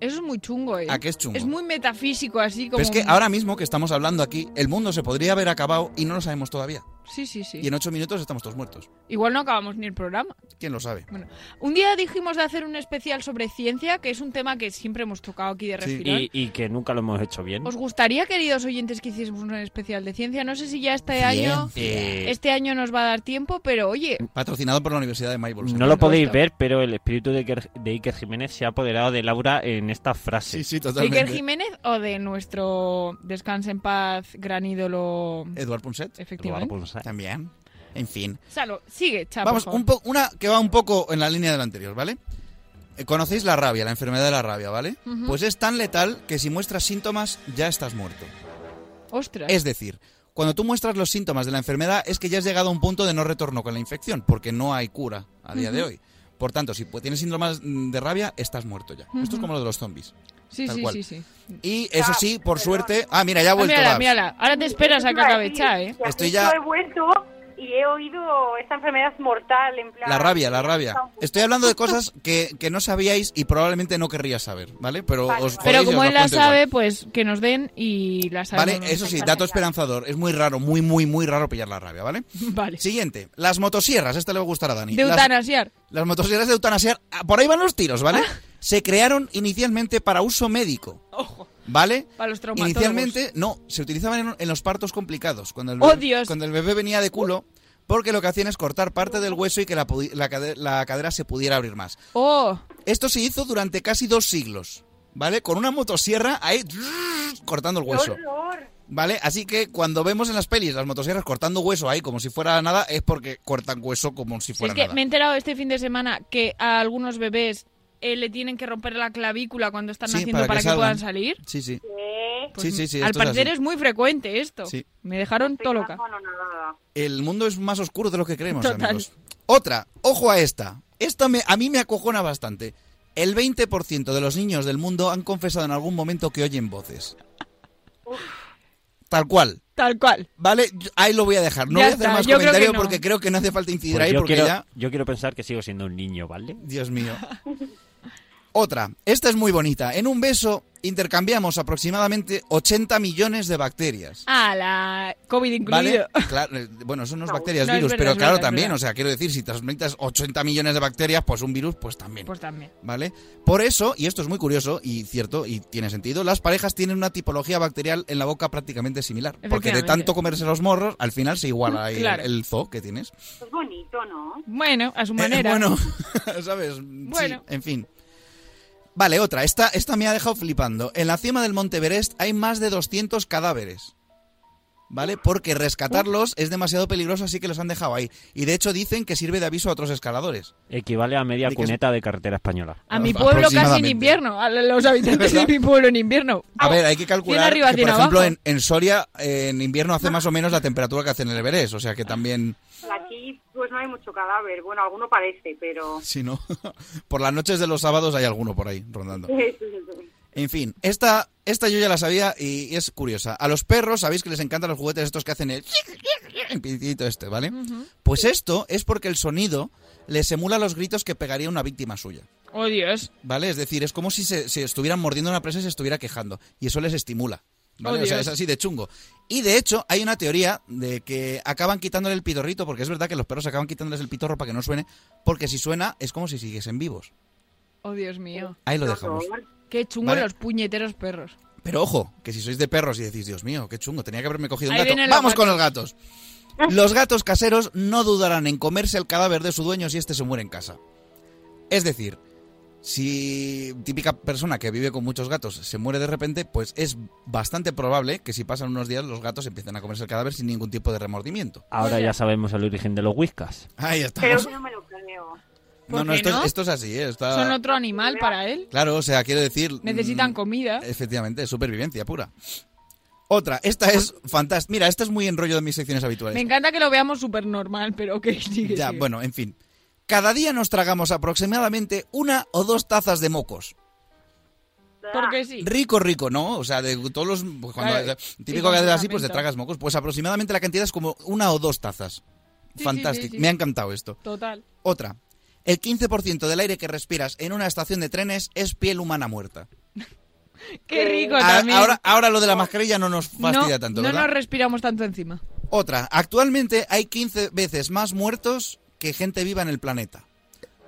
I: Eso es muy chungo, ¿eh?
A: ¿A qué es chungo?
I: Es muy metafísico, así como...
A: Pero es que ahora mismo que estamos hablando aquí, el mundo se podría haber acabado y no lo sabemos todavía.
I: Sí, sí, sí.
A: Y en 8 minutos estamos todos muertos.
I: Igual no acabamos ni el programa.
A: ¿Quién lo sabe?
I: Bueno, un día dijimos de hacer un especial sobre ciencia, que es un tema que siempre hemos tocado aquí de refilón.
B: Y, y que nunca lo hemos hecho bien.
I: ¿Os gustaría, queridos oyentes, que hiciésemos un especial de ciencia? No sé si ya este año...
A: Eh,
B: Ciencia.
I: Este año nos va a dar tiempo, pero oye,
A: Patrocinado por la Universidad de Maybols.
B: No lo podéis ver, pero el espíritu de Iker, de Iker Jiménez se ha apoderado de Laura en esta frase.
A: Sí, sí,
I: ¿de Iker Jiménez o de nuestro descanse en paz gran ídolo?
A: Eduard Punset.
I: Efectivamente. Eduard
A: También. En fin.
I: Salo, sigue, chapa.
A: Vamos, un po- una que va un poco en la línea del anterior, ¿vale? Eh, Conocéis la rabia, la enfermedad de la rabia, ¿vale?
I: Ujú.
A: Pues es tan letal que si muestras síntomas ya estás muerto.
I: Ostras.
A: Es decir, cuando tú muestras los síntomas de la enfermedad es que ya has llegado a un punto de no retorno con la infección, porque no hay cura a día de
I: Ujú.
A: hoy. Por tanto, si pu- tienes síntomas mm, de rabia, estás muerto ya. Esto es
I: Ujú.
A: como lo de los zombies.
I: Sí,
A: tal
I: sí,
A: cual.
I: sí, sí.
A: Y eso sí, por suerte... Ah, mira, ya ha
I: Ah,
A: vuelto
I: mírala,
A: Babs.
I: mírala. Ahora te esperas a que acabe Cha, ¿eh?
A: Estoy ya...
J: He vuelto y he oído esta enfermedad mortal en plan...
A: La rabia, la rabia. Estoy hablando de cosas que, que no sabíais y probablemente no querrías saber, ¿vale? Pero os
I: Pero
A: jodéis y
I: como
A: os las
I: él la
A: cuento igual.
I: sabe, pues que nos den y la sabe.
A: Vale, eso sí, dato esperanzador. Es muy raro, muy, muy, muy raro pillar la rabia, ¿vale?
I: Vale.
A: Siguiente, las motosierras. Esta le va a gustar a Dani.
I: De
A: Las-
I: eutanasiar.
A: Las motosierras de eutanasiar, ah, por ahí van los tiros, ¿vale?
I: Ah.
A: Se crearon inicialmente para uso médico. ¿Vale?
I: Para los traumatólogos.
A: Inicialmente, no, se utilizaban en, en los partos complicados. Cuando el,
I: ¡Oh,
A: bebé,
I: Dios!
A: cuando el bebé venía de culo, porque lo que hacían es cortar parte del hueso y que la, pudi- la cade- la cadera se pudiera abrir más.
I: ¡Oh!
A: Esto se hizo durante casi dos siglos, ¿vale? Con una motosierra ahí cortando el
J: ¡Qué
A: hueso.
J: horror!
A: ¿Vale? Así que cuando vemos en las pelis las motosierras cortando hueso ahí como si fuera nada, es porque cortan hueso como si
I: Si
A: fuera
I: es que
A: nada.
I: me he enterado este fin de semana que a algunos bebés eh, le tienen que romper la clavícula cuando están
A: Sí,
I: naciendo
A: para
I: para
A: que
I: que,
A: salgan.
I: puedan salir.
A: Sí, sí.
I: Pues
A: sí, sí, sí,
I: Al
A: esto es
I: parecer
A: así.
I: es muy frecuente esto.
A: Sí.
I: Me dejaron todo loca.
A: El mundo es más oscuro de lo que creemos,
I: Total.
A: amigos. Otra, ojo a esta. Esta me, a mí me acojona bastante. El 20% de los niños del mundo han confesado en algún momento que oyen voces. Tal cual.
I: Tal cual.
A: Vale, yo- ahí lo voy a dejar. No
I: Ya
A: voy a hacer
I: está,
A: más
I: yo creo que
A: comentario
I: no.
A: porque creo que no hace falta incidir
B: Pues
A: ahí
B: yo,
A: porque
B: quiero,
A: ya...
B: yo quiero pensar que sigo siendo un niño, ¿vale?
A: Dios mío. Otra. Esta es muy bonita. En un beso intercambiamos aproximadamente 80 millones de bacterias.
I: A la COVID incluido.
A: ¿Vale? Claro, eh, bueno, eso no es bacterias,
I: No, es
A: virus,
I: verdad,
A: pero
I: es
A: claro,
I: verdad, es
A: también,
I: verdad.
A: o sea, quiero decir, si transmitas 80 millones de bacterias, pues un virus, pues también.
I: Pues también.
A: ¿Vale? Por eso, y esto es muy curioso y cierto y tiene sentido, las parejas tienen una tipología bacterial en la boca prácticamente similar. Porque de
I: Efectivamente.
A: tanto comerse los morros, al final se iguala ahí el-
I: Claro.
A: el, zoo que tienes.
J: Es bonito, ¿no?
I: Bueno, a su
A: Eh,
I: manera.
A: bueno, ¿sabes? Sí,
I: Bueno.
A: en fin. Vale, otra. Esta, esta me ha dejado flipando. En la cima del Monte Everest hay más de 200 cadáveres. ¿Vale? Porque rescatarlos es demasiado peligroso, así que los han dejado ahí. Y de hecho dicen que sirve de aviso a otros escaladores.
B: Equivale a media
A: Di que es-
B: cuneta de carretera española.
I: A mi pueblo casi en
A: Aproximadamente.
I: invierno. A los habitantes de
A: ¿Verdad?
I: mi pueblo en invierno.
A: A
I: Au.
A: ver, hay que
I: Cien
A: calcular
I: arriba,
A: que,
I: cien
A: por ejemplo,
I: abajo.
A: en, en Soria, eh, en invierno hace más o menos la temperatura que hace en el Everest. O sea que también,
J: Aquí pues no hay mucho cadáver. Bueno, alguno parece, pero...
A: si no, por las noches de los sábados hay alguno por ahí rondando. En fin, esta, esta yo ya la sabía y es curiosa. A los perros, sabéis que les encantan los juguetes estos que hacen el... El pitidito este, ¿vale? Pues esto es porque el sonido les emula los gritos que pegaría una víctima suya,
I: Oh, Dios.
A: ¿vale? Es decir, es como si se, se estuvieran mordiendo una presa y se estuviera quejando. Y eso les estimula, ¿vale?
I: Oh,
A: o sea,
I: Dios.
A: es así de chungo. Y de hecho, hay una teoría de que acaban quitándole el pitorrito, porque es verdad que los perros acaban quitándoles el pitorro para que no suene, porque si suena es como si siguiesen vivos.
I: Oh, Dios mío.
A: Ahí lo dejamos.
I: Qué chungo
A: Vale.
I: los puñeteros perros.
A: Pero ojo, que si sois de perros y decís, Dios mío, qué chungo, tenía que haberme cogido un
I: Ahí
A: gato.
I: vienen los
A: Vamos con los
I: gatos.
A: gatos. Los gatos caseros no dudarán en comerse el cadáver de su dueño si éste se muere en casa. Es decir, si típica persona que vive con muchos gatos se muere de repente, pues es bastante probable que si pasan unos días los gatos empiecen a comerse el cadáver sin ningún tipo de remordimiento.
B: Ahora ya sabemos el origen de los whiskas.
A: Ahí
J: Pero
A: estamos.
J: yo no me lo creo.
I: ¿Por
A: No, no,
I: qué
A: esto,
I: no?
A: Es, esto es así, ¿eh? está-
I: Son otro animal para él.
A: Claro, o sea, quiero decir...
I: Necesitan
A: mm,
I: comida.
A: Efectivamente, supervivencia pura. Otra, esta es fantástica. Mira, esta es muy en rollo de mis secciones habituales.
I: Me encanta que lo veamos súper normal, pero que sigue.
A: Ya,
I: sigue.
A: bueno, en fin. Cada día nos tragamos aproximadamente una o dos tazas de mocos.
I: Porque sí.
A: Rico, rico, ¿no? O sea, de todos los... pues cuando-
I: Claro, y
A: típico
I: con
A: que haces así, pues te
I: fundamento.
A: tragas mocos. Pues aproximadamente la cantidad es como una o dos tazas.
I: Sí,
A: Fantástico.
I: sí, sí, sí.
A: Me ha encantado esto.
I: Total.
A: Otra. El 15% del aire que respiras en una estación de trenes es piel humana muerta.
I: Qué rico
A: A-
I: también.
A: Ah, ahora, ahora lo de la mascarilla no nos fastidia
I: no,
A: tanto,
I: no
A: ¿verdad?
I: nos respiramos tanto encima.
A: Otra, actualmente hay 15 veces más muertos que gente viva en el planeta.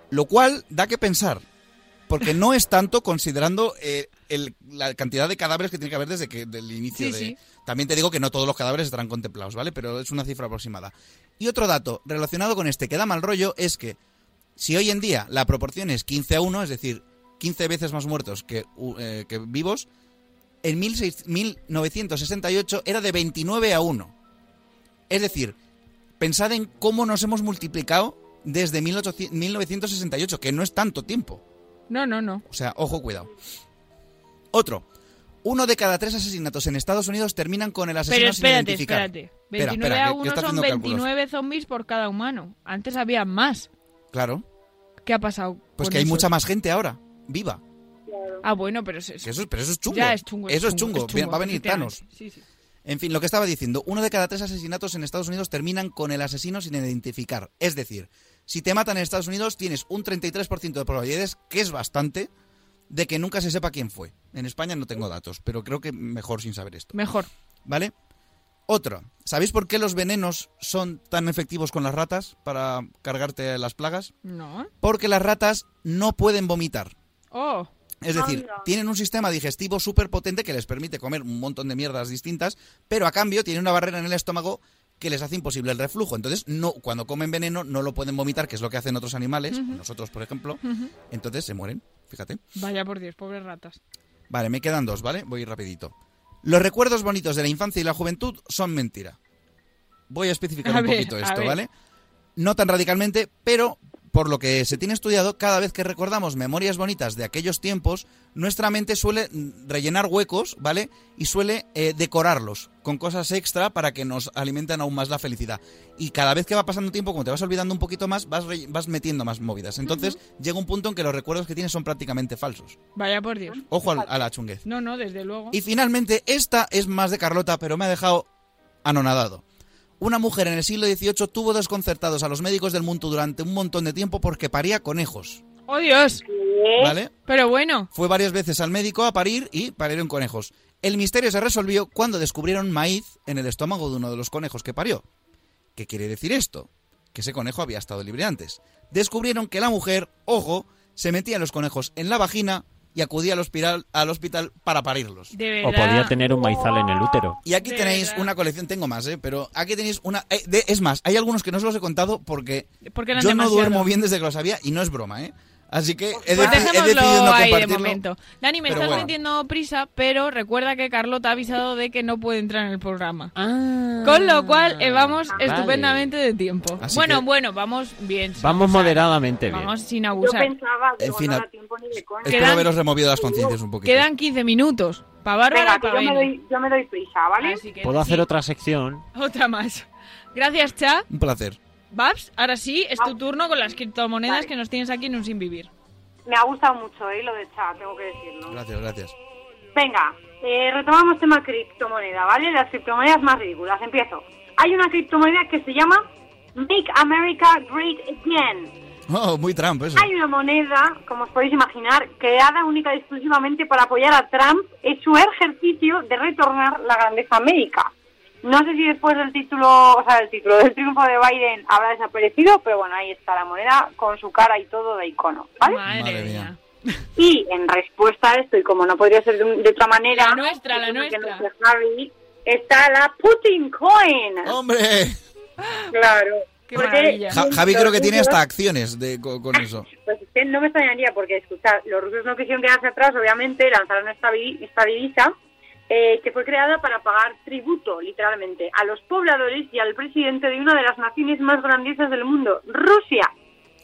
A: Lo cual da que pensar, porque no es tanto considerando eh, el- la cantidad de cadáveres que tiene que haber desde que el inicio
I: Sí,
A: de...
I: sí.
A: También te digo que no todos los cadáveres estarán contemplados, ¿vale? Pero es una cifra aproximada. Y otro dato relacionado con este que da mal rollo es que si hoy en día la proporción es 15 a 1, es decir, 15 veces más muertos que, u- eh, que vivos, en 16 1968 era de 29 a 1. Es decir, pensad en cómo nos hemos multiplicado desde 1800 1968, que no es tanto tiempo.
I: No, no, no.
A: O sea, ojo, cuidado. Otro. Uno de cada tres asesinatos en Estados Unidos terminan con el asesino
I: Pero
A: sin
I: espérate,
A: identificar.
I: espérate.
A: Espera,
I: 29
A: espera,
I: a
A: que- que
I: 1
A: está
I: son
A: haciendo cálculos.
I: 29 zombies por cada humano. Antes había más.
A: Claro.
I: ¿Qué ha pasado?
A: Pues
I: con
A: que hay
I: eso?
A: mucha más gente ahora, viva.
I: Ah, bueno, pero es, es-
A: Que eso, pero eso es chungo.
I: ya es chungo.
A: Eso es chungo.
I: chungo,
A: Va a venir Thanos.
I: efectivamente. Sí, sí.
A: En fin, lo que estaba diciendo, uno de cada tres asesinatos en Estados Unidos terminan con el asesino sin identificar. Es decir, si te matan en Estados Unidos tienes un 33% de probabilidades, que es bastante, de que nunca se sepa quién fue. En España no tengo datos, pero creo que mejor sin saber esto.
I: Mejor.
A: ¿Vale? Otro. ¿Sabéis por qué los venenos son tan efectivos con las ratas para cargarte las plagas?
I: No.
A: Porque las ratas no pueden vomitar.
I: Oh.
A: Es decir,
I: Anda.
A: tienen un sistema digestivo súper potente que les permite comer un montón de mierdas distintas, pero a cambio tienen una barrera en el estómago que les hace imposible el reflujo. Entonces, no, cuando comen veneno no lo pueden vomitar, que es lo que hacen otros animales,
I: Ujú.
A: nosotros por ejemplo.
I: Ujú.
A: Entonces se mueren, fíjate.
I: Vaya por Dios, pobres ratas.
A: Vale, me quedan dos, ¿vale? Voy rapidito. Los recuerdos bonitos de la infancia y la juventud son mentira. Voy a especificar
I: A
A: un
I: ver,
A: poquito
I: a
A: esto,
I: ver.
A: ¿vale? No tan radicalmente, pero por lo que se tiene estudiado, cada vez que recordamos memorias bonitas de aquellos tiempos, nuestra mente suele mm, rellenar huecos, ¿vale? Y suele eh, decorarlos con cosas extra para que nos alimenten aún más la felicidad. Y cada vez que va pasando tiempo, como te vas olvidando un poquito más, vas, relle- vas metiendo más movidas. Entonces llega un punto en que los recuerdos que tienes son prácticamente falsos.
I: Vaya por Dios.
A: Ojo al- a la chunguez.
I: No, no, desde luego.
A: Y finalmente, esta es más de Carlota, pero me ha dejado anonadado. Una mujer en el siglo XVIII tuvo desconcertados a los médicos del mundo durante un montón de tiempo porque paría conejos.
I: ¡Oh, Dios!
J: ¿Eh?
A: ¿Vale?
I: Pero bueno.
A: Fue varias veces al médico a parir y parieron conejos. El misterio se resolvió cuando descubrieron maíz en el estómago de uno de los conejos que parió. ¿Qué quiere decir esto? Que ese conejo había estado libre antes. Descubrieron que la mujer, ojo, se metía los conejos en la vagina y acudía al hospital, al hospital para parirlos.
I: De
B: O
I: verdad.
B: podía tener un maizal en el útero.
A: Y aquí
I: De
A: tenéis
I: verdad.
A: una colección, tengo más, ¿eh? pero aquí tenéis una... eh, de- es más, hay algunos que no os los he contado porque,
I: Porque eran
A: yo
I: demasiado.
A: no duermo bien desde que lo sabía y no es broma, ¿eh? Así que he,
I: Pues
A: deci- he
I: dejémoslo
A: decidido no
I: ahí de
A: compartirlo.
I: momento. Dani, me
A: pero
I: estás
A: bueno.
I: metiendo prisa, pero recuerda que Carlota ha avisado de que no puede entrar en el programa. Con lo cual eh, vamos
B: Ah. Vale.
I: estupendamente de tiempo.
B: Así
I: bueno,
B: que-
I: bueno, vamos bien. sin
B: Vamos
I: abusar.
B: moderadamente bien.
I: Vamos sin abusar.
J: pensaba,
A: En fin, a- espero
I: Quedan,
A: haberos removido las conciencias un poquito.
I: quedan 15 minutos. Para Bárbara
J: Venga,
I: y
J: que
I: pa'
J: yo me,
I: Beno.
J: doy, yo me doy prisa, ¿vale?
I: Así que-
B: Puedo hacer otra sección.
I: Otra más. Gracias, Cha.
A: Un placer.
I: Babs, ahora sí, es
J: Ah.
I: tu turno con las criptomonedas que nos tienes aquí en un sin vivir.
J: Me ha gustado mucho ¿eh? lo de chat, tengo que decirlo.
A: Gracias, gracias.
J: Venga, eh, retomamos tema criptomoneda, ¿vale? Las criptomonedas más ridículas. Empiezo. Hay una criptomoneda que se llama Make America Great Again.
A: Oh, muy Trump eso.
J: Hay una moneda, como os podéis imaginar, creada única y exclusivamente para apoyar a Trump en su ejercicio de retornar la grandeza médica. No sé si después del título, o sea, del título del triunfo de Biden habrá desaparecido, pero bueno, ahí está la moneda con su cara y todo de icono, ¿vale?
A: Madre mía.
J: Y en respuesta a esto, y como no podría ser de, un- de otra manera,
I: La nuestra, la
J: que no
I: nuestra.
J: sea Harry, está la Putin Coin.
A: ¡Hombre!
J: Claro.
I: Oh, Qué
J: Porque
I: maravilla.
A: Ja- Javi creo que tiene
J: los rusos-
A: hasta acciones de, co- con, eso.
J: Pues es que no me extrañaría, porque escuchad, los rusos no quisieron quedarse atrás, obviamente, lanzaron esta, vi- esta divisa, eh, que fue creada para pagar tributo, literalmente, a los pobladores y al presidente de una de las naciones más grandiosas del mundo, Rusia.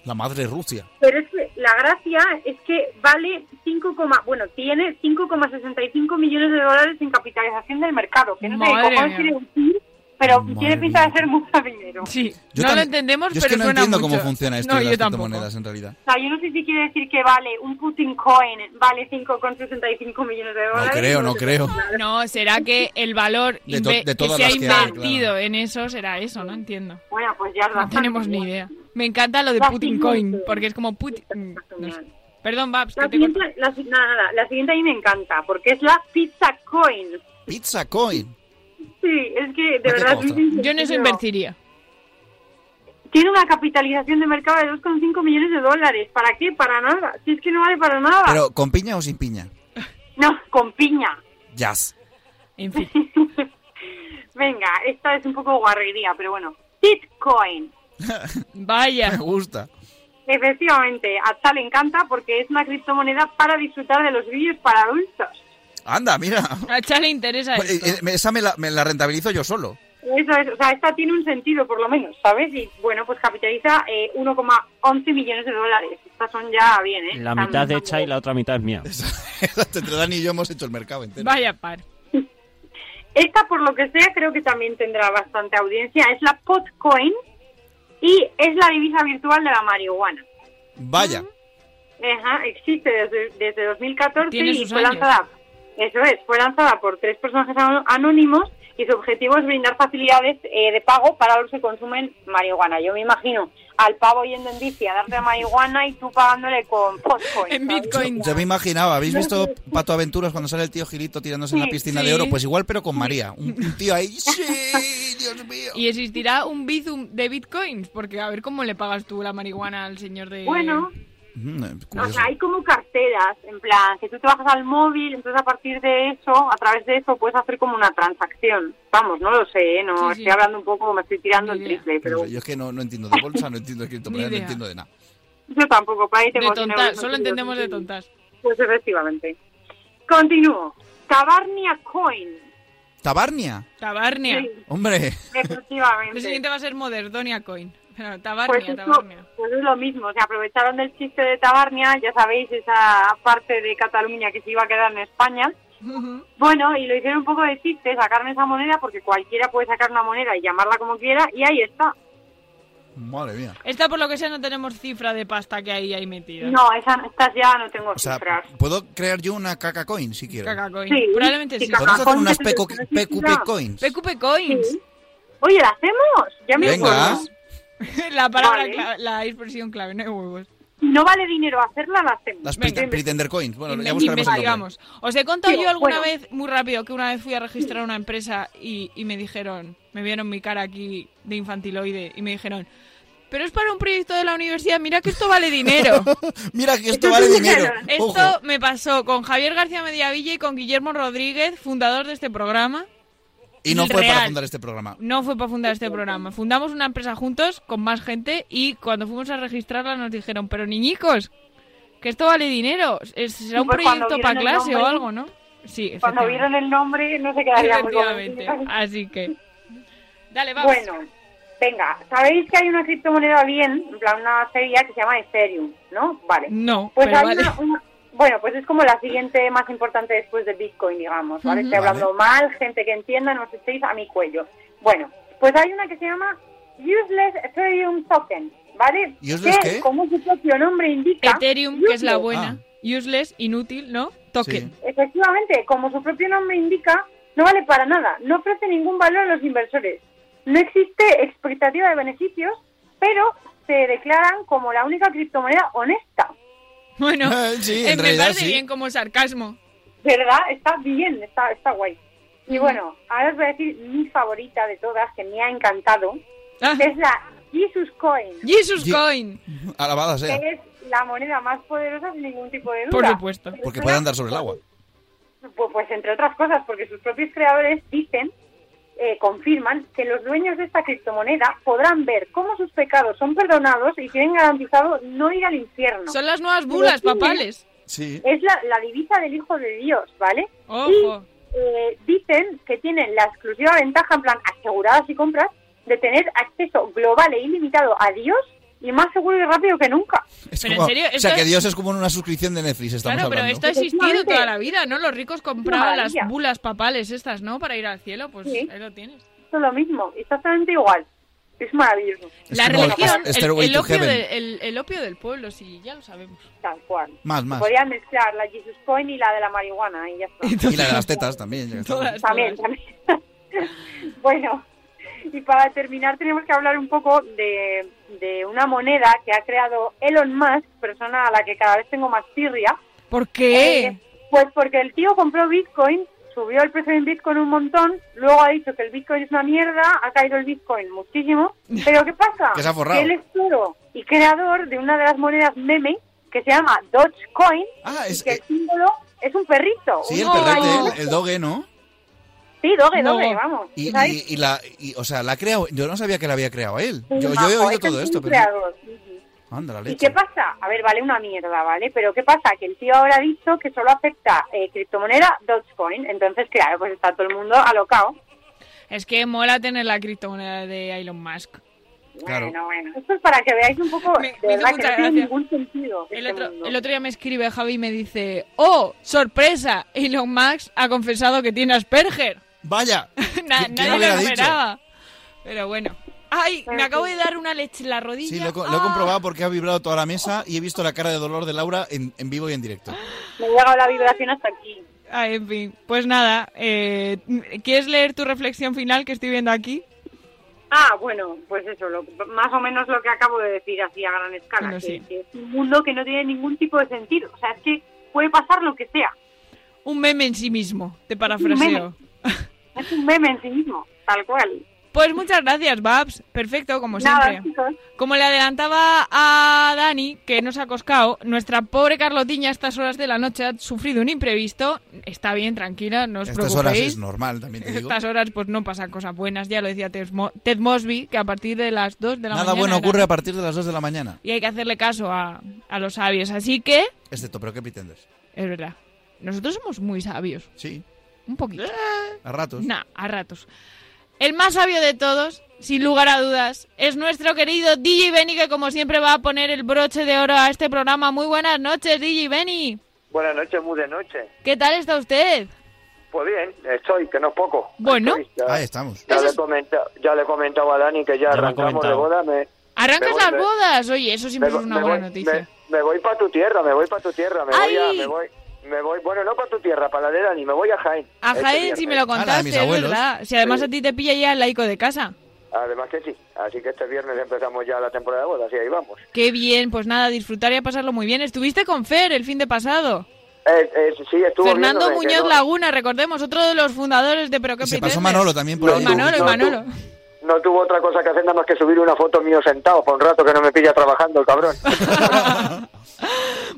A: La madre Rusia.
J: Pero es que la gracia es que vale 5, coma- bueno, tiene 5,65 millones de dólares en capitalización del mercado, que no sé
I: Madre
J: qué cojones
I: mía.
J: quiere decir, pero
A: Madre
J: tiene pinta
A: mía.
J: de ser mucho dinero.
I: Sí,
A: Yo
I: no
A: tam-
I: lo entendemos,
A: Yo es
I: pero
A: que no
I: suena
A: entiendo
I: mucho.
A: cómo funciona esto
I: No,
A: de
I: yo
A: las
I: tampoco.
A: criptomonedas en realidad.
J: O sea, yo no sé si quiere decir que vale un Putin Coin, vale 5,65 millones de
A: No
J: dólares.
A: creo, no creo.
I: No, será que el valor
A: De to-
I: inve-
A: de todas
I: que se ha
A: las que hay, claro.
I: invertido en eso será eso, no entiendo.
J: Bueno, pues ya es
I: No
J: bastante
I: tenemos ni
J: bien.
I: idea. Me encanta lo de
J: Las
I: Putin
J: siguientes.
I: Coin, porque es como Putin... no sé. Perdón, Babs, que
J: La
I: te corto.
J: siguiente, la, si- nada, nada, la siguiente a mí me encanta, porque es la Pizza Coin.
A: Pizza Coin.
J: Sí, es que
A: qué
J: de verdad...
A: cosa?
I: Yo en eso invertiría.
J: Tiene una capitalización de mercado de 2,5 millones de dólares. ¿Para qué? Para nada. Si es que no vale para nada.
A: Pero, ¿con piña o sin piña?
J: No, con piña.
A: Jazz.
I: En fin.
J: Venga, esta es un poco guarrería, pero bueno. Bitcoin.
I: Vaya.
A: Me gusta.
J: Efectivamente, a Cha le encanta porque es una criptomoneda para disfrutar de los vídeos para adultos.
A: Anda, mira.
I: A Cha le interesa
A: Pues,
I: esto.
A: eh, eh, Esa me la, me la rentabilizo yo solo.
J: Eso es, o sea, esta tiene un sentido por lo menos, ¿sabes? Y bueno, pues capitaliza eh, 1,11 millones de dólares. Estas son ya bien, ¿eh?
B: La
J: Están-
B: mitad de Chai y la otra mitad es mía.
A: Entre Dani y yo hemos hecho el mercado entero.
I: Vaya par.
J: Esta, por lo que sea, creo que también tendrá bastante audiencia. Es la Potcoin y es la divisa virtual de la marihuana.
A: Vaya.
J: Ajá, existe desde, desde 2014
I: Tiene
J: y
I: sus
J: fue
I: años.
J: lanzada Eso es, fue lanzada por tres personajes ano- anónimos y su objetivo es brindar facilidades eh, de pago para los que consumen marihuana. Yo me imagino al pavo yendo en bici a darte marihuana y tú pagándole con Postcoin. En Bitcoin.
A: Yo me imaginaba, ¿habéis visto Pato Aventuras cuando sale el tío Gilito tirándose en la
J: Sí,
A: piscina
J: sí.
A: de oro? Pues igual, pero con María. Un, un tío ahí. Sí, Dios mío.
I: ¿Y existirá un bizum de bitcoins? Porque a ver cómo le pagas tú la marihuana al señor de...
J: Bueno,
A: Mm, eh,
J: O
A: curioso.
J: sea, hay como carteras, en plan, que tú te bajas al móvil, entonces a partir de eso, a través de eso, puedes hacer como una transacción. Vamos, no lo sé, ¿eh? no
I: Sí, sí.
J: estoy hablando un poco, me estoy tirando el triple,
A: Pero
J: pero
A: Yo es que no, no entiendo de bolsa, no entiendo de criptomonedas, no
I: Ni idea.
A: entiendo de nada.
J: yo tampoco, para ahí
I: De
J: tengo
I: tontas, solo entendemos de tontas.
J: Pues efectivamente. Continúo. Tabarnia Coin.
A: ¿Tabarnia?
I: Tabarnia.
J: Sí,
A: Hombre,
I: El
J: efectivamente.
I: siguiente va a ser Moderdonia Coin. Pero Tabarnia,
J: Pues, eso,
I: Tabarnia.
J: pues es lo mismo, se aprovecharon del chiste de Tabarnia, ya sabéis, esa parte de Cataluña que se iba a quedar en España. Bueno, y lo hicieron un poco de chiste, sacaron esa moneda, porque cualquiera puede sacar una moneda y llamarla como quiera, y ahí está.
A: madre mía.
I: Esta, por lo que sea, no tenemos cifra de pasta que hay ahí metida.
J: No, esa, estas ya no tengo
A: O sea,
J: cifras.
A: puedo crear yo una caca coin si quiero.
I: Caca coin.
J: Sí,
I: Probablemente sí.
J: sí, caca
A: Podemos hacer
J: coin,
A: unas
J: pero
A: PQ
J: pero sí,
A: PQP
J: no.
A: coins.
I: PQP Coins.
J: Sí. Oye, ¿la hacemos? Ya me
A: Venga,
J: acuerdo.
I: la palabra,
J: Vale.
I: clave- la expresión clave, no hay huevos.
J: Si no vale dinero hacerla, la hacemos.
A: las
I: Venga.
A: prete- pretender coins. Bueno,
I: Inve-
A: ya buscaremos el nombre.
I: investigamos. Os he contado
J: Sí,
I: yo alguna
J: bueno.
I: vez, muy rápido, que una vez fui a registrar una empresa y, y me dijeron, me vieron mi cara aquí de infantiloide y me dijeron, pero es para un proyecto de la universidad, mira que esto vale dinero.
A: Mira que esto
J: Esto
A: vale
J: es un
A: dinero.
J: dinero.
I: Esto
A: Ojo.
I: me pasó con Javier García Mediavilla y con Guillermo Rodríguez, fundador de este programa.
A: Y no fue para
I: real.
A: fundar este programa.
I: No fue para fundar este programa. Fundamos una empresa juntos con más gente y cuando fuimos a registrarla nos dijeron, pero niñicos, que esto vale dinero. Es- Será
J: Y
I: un
J: pues cuando
I: proyecto
J: vieron
I: para
J: el
I: clase o
J: nombre-
I: algo, ¿no? Sí,
J: Cuando
I: efectivamente.
J: vieron el nombre, no se quedaría muy
I: Efectivamente. Así que... Dale, vamos.
J: Bueno, venga, sabéis que hay una criptomoneda bien, en plan una serie que se llama Ethereum, ¿no? Vale.
I: No,
J: Pues
I: Mm, pero
J: hay
I: vale.
J: una, una- Bueno, pues es como la siguiente más importante después de Bitcoin, digamos, ¿vale?
I: Ujú.
J: Estoy hablando mal, gente que entienda, no os estéis a mi cuello. Bueno, pues hay una que se llama Useless Ethereum Token, ¿vale?
A: ¿Useless
J: Que,
A: qué?
J: Como su propio nombre indica...
I: Ethereum, que es la
J: useless.
I: buena. Ah. Useless, inútil, ¿no? Token.
J: Efectivamente, como su propio nombre indica, no vale para nada, no ofrece ningún valor a los inversores. No existe expectativa de beneficios, pero se declaran como la única criptomoneda honesta.
I: Bueno,
A: Sí,
I: eh,
A: en
I: me
A: realidad
I: parece
A: sí.
I: bien como sarcasmo.
J: ¿Verdad? Está bien, está, está guay. Y bueno, ahora os voy a decir mi favorita de todas, que me ha encantado,
I: Ah,
J: es la Jesus Coin,
I: Jesus
A: Ye-
I: Coin.
A: Alabada sea.
J: que es la moneda más poderosa sin ningún tipo de duda.
I: Por supuesto.
A: Porque puede andar sobre el agua.
J: Pu- Pues entre otras cosas, porque sus propios creadores dicen, eh, confirman, que los dueños de esta criptomoneda podrán ver cómo sus pecados son perdonados y tienen garantizado no ir al infierno.
I: Son las nuevas bulas
J: Pero sí,
I: papales.
A: Sí.
J: Es la, la divisa del Hijo de Dios, ¿vale?
I: Ojo.
J: Eh, dicen que tienen la exclusiva ventaja, en plan, aseguradas y compras, de tener acceso global e ilimitado a Dios y más seguro y rápido que nunca.
A: Es
I: Pero en
A: como-
I: serio,
A: o sea,
I: esto-
A: que Dios es como una suscripción de Netflix, estamos
I: Claro, pero
A: hablando.
I: esto ha existido
J: Efectivamente.
I: toda la vida, ¿no? Los ricos compraban
J: Una
I: las
J: maravilla.
I: bulas papales estas, ¿no? Para ir al cielo, pues
J: Sí.
I: ahí lo tienes.
J: Esto es lo mismo, exactamente igual. Es maravilloso,
A: Es
I: la
A: como
I: religión,
A: es-
I: el,
A: Stairway
I: el
A: to
I: opio
A: Heaven.
I: de- el- el opio del pueblo, sí, ya lo sabemos.
J: tal cual.
A: Más, más.
J: Podrían mezclar la Jesus Coin y la de la marihuana y ya está.
A: Y la de las tetas también. ya que estamos.
I: Todas,
J: También,
I: todas.
J: también. bueno, y para terminar tenemos que hablar un poco de, de una moneda que ha creado Elon Musk, persona a la que cada vez tengo más tirria.
I: ¿Por qué?
J: Eh, Pues porque el tío compró Bitcoin, subió el precio del Bitcoin un montón, luego ha dicho que el Bitcoin es una mierda, ha caído el Bitcoin muchísimo, pero ¿qué pasa?
A: Que se ha forrado.
J: él es toro y creador de una de las monedas meme que se llama Dogecoin
A: Ah,
J: y
A: es,
J: que el símbolo es un perrito.
A: sí, el
J: un gallo.
A: perrete, el dogue, ¿no?
J: Sí, doge,
I: No.
J: doge, vamos.
A: Y,
J: ¿Sabes?
A: y, y la, y, o sea, la ha creado. Yo no sabía que la había creado él. Yo, yo he
J: Majo,
A: oído
J: es
A: todo
J: un
A: esto, pero.
J: creador. Ujú.
A: Anda, la
J: ¿Y
A: leche.
J: qué pasa? A ver, vale una mierda, ¿vale? Pero ¿qué pasa? Que el tío ahora ha dicho que solo acepta eh, criptomoneda Dogecoin. Entonces, claro, pues está todo el mundo alocado.
I: Es que mola tener la criptomoneda de Elon Musk.
A: Claro.
J: Bueno, bueno. Esto es para que veáis un poco,
I: Me-
J: de
I: me hizo
J: verdad, que
I: mucha
J: no tiene
I: gracia.
J: ningún sentido.
I: El
J: este
I: otro,
J: mundo.
I: el otro día me escribe Javi y me dice, ¡Oh, sorpresa! Elon Musk ha confesado que tiene Asperger.
A: Vaya.
I: Na-
A: ¿Qui- quién hubiera
I: nadie lo
A: dicho?
I: esperaba. Pero bueno. ¡Ay! Me
J: Pero
I: acabo
J: sí.
I: de dar una leche en la rodilla.
A: Sí, lo, he co- lo he
I: ¡Ah!
A: comprobado porque ha vibrado toda la mesa y he visto la cara de dolor de Laura en, en vivo y en directo.
J: Me ha llegado la vibración hasta aquí.
I: Ay, en fin, pues nada, eh, ¿quieres leer tu reflexión final que estoy viendo aquí?
J: Ah, bueno, pues eso, lo- más o menos lo que acabo de decir así a gran escala,
I: Bueno,
J: que-
I: sí.
J: que es un mundo que no tiene ningún tipo de sentido, o sea, es que puede pasar lo que sea,
I: Un meme en sí mismo, te parafraseo.
J: es un meme en sí mismo, tal cual.
I: Pues muchas gracias, Babs. Perfecto, como
J: Nada,
I: siempre. Como le adelantaba a Dani, que nos ha coscado, nuestra pobre Carlotiña a estas horas de la noche ha sufrido un imprevisto. Está bien, tranquila, no os
A: Estas
I: preocupéis.
A: horas es normal, también te digo.
I: Estas horas pues no pasan cosas buenas, ya lo decía Ted, Mo- Ted Mosby, que a partir de las 2 de la
A: Nada
I: mañana...
A: bueno
I: era-
A: ocurre a partir de las 2 de la mañana.
I: Y hay que hacerle caso a, a los sabios, así que...
A: Excepto, pero ¿qué pretendes?
I: Es verdad. Nosotros somos muy sabios.
A: Sí.
I: Un poquito.
A: A ratos.
I: Nah, a ratos. El más sabio de todos, sin lugar a dudas, es nuestro querido DJ Benny, que como siempre va a poner el broche de oro a este programa. Muy buenas noches, DJ Benny.
L: Buenas noches, muy de noche.
I: ¿Qué tal está usted?
L: Pues bien, estoy, que no es poco.
I: Bueno.
L: Estoy, ya,
A: Ahí estamos.
L: ya le he comenta- ya le he comentado a Dani que ya,
B: Ya lo ha
L: arrancamos de
B: comentado.
L: boda. Me,
I: ¿Arrancas
L: me voy-
I: las
L: me-
I: bodas? Oye, eso siempre
L: me
I: es
L: voy-
I: una
L: me
I: buena
L: voy-
I: noticia.
L: Me, me voy para tu tierra, me voy para tu tierra, me voy a,
I: ¡Ay!
L: me voy, me voy, bueno, no para tu tierra, para la de Dani, me voy a Jaén.
I: A
L: este
I: Jaén, si me lo
L: viernes.
I: contaste, es verdad. Si además a ti te pilla ya el laico de casa.
L: Además que sí, así que este viernes empezamos ya la temporada de bodas y ahí vamos.
I: Qué bien, pues nada, disfrutar y a pasarlo muy bien. Estuviste con Fer el fin de pasado.
L: Eh, eh, sí, estuvo
I: Fernando
L: viéndome que
I: Muñoz
L: no-
I: Laguna, recordemos, otro de los fundadores de Pero qué
A: Se
I: Pretendes.
A: pasó Manolo también por
L: No,
A: ahí.
L: no,
I: Manolo, y
L: no,
I: Manolo.
L: No tuvo otra cosa que hacer nada más que subir una foto mío sentado por un rato que no me pilla trabajando el cabrón.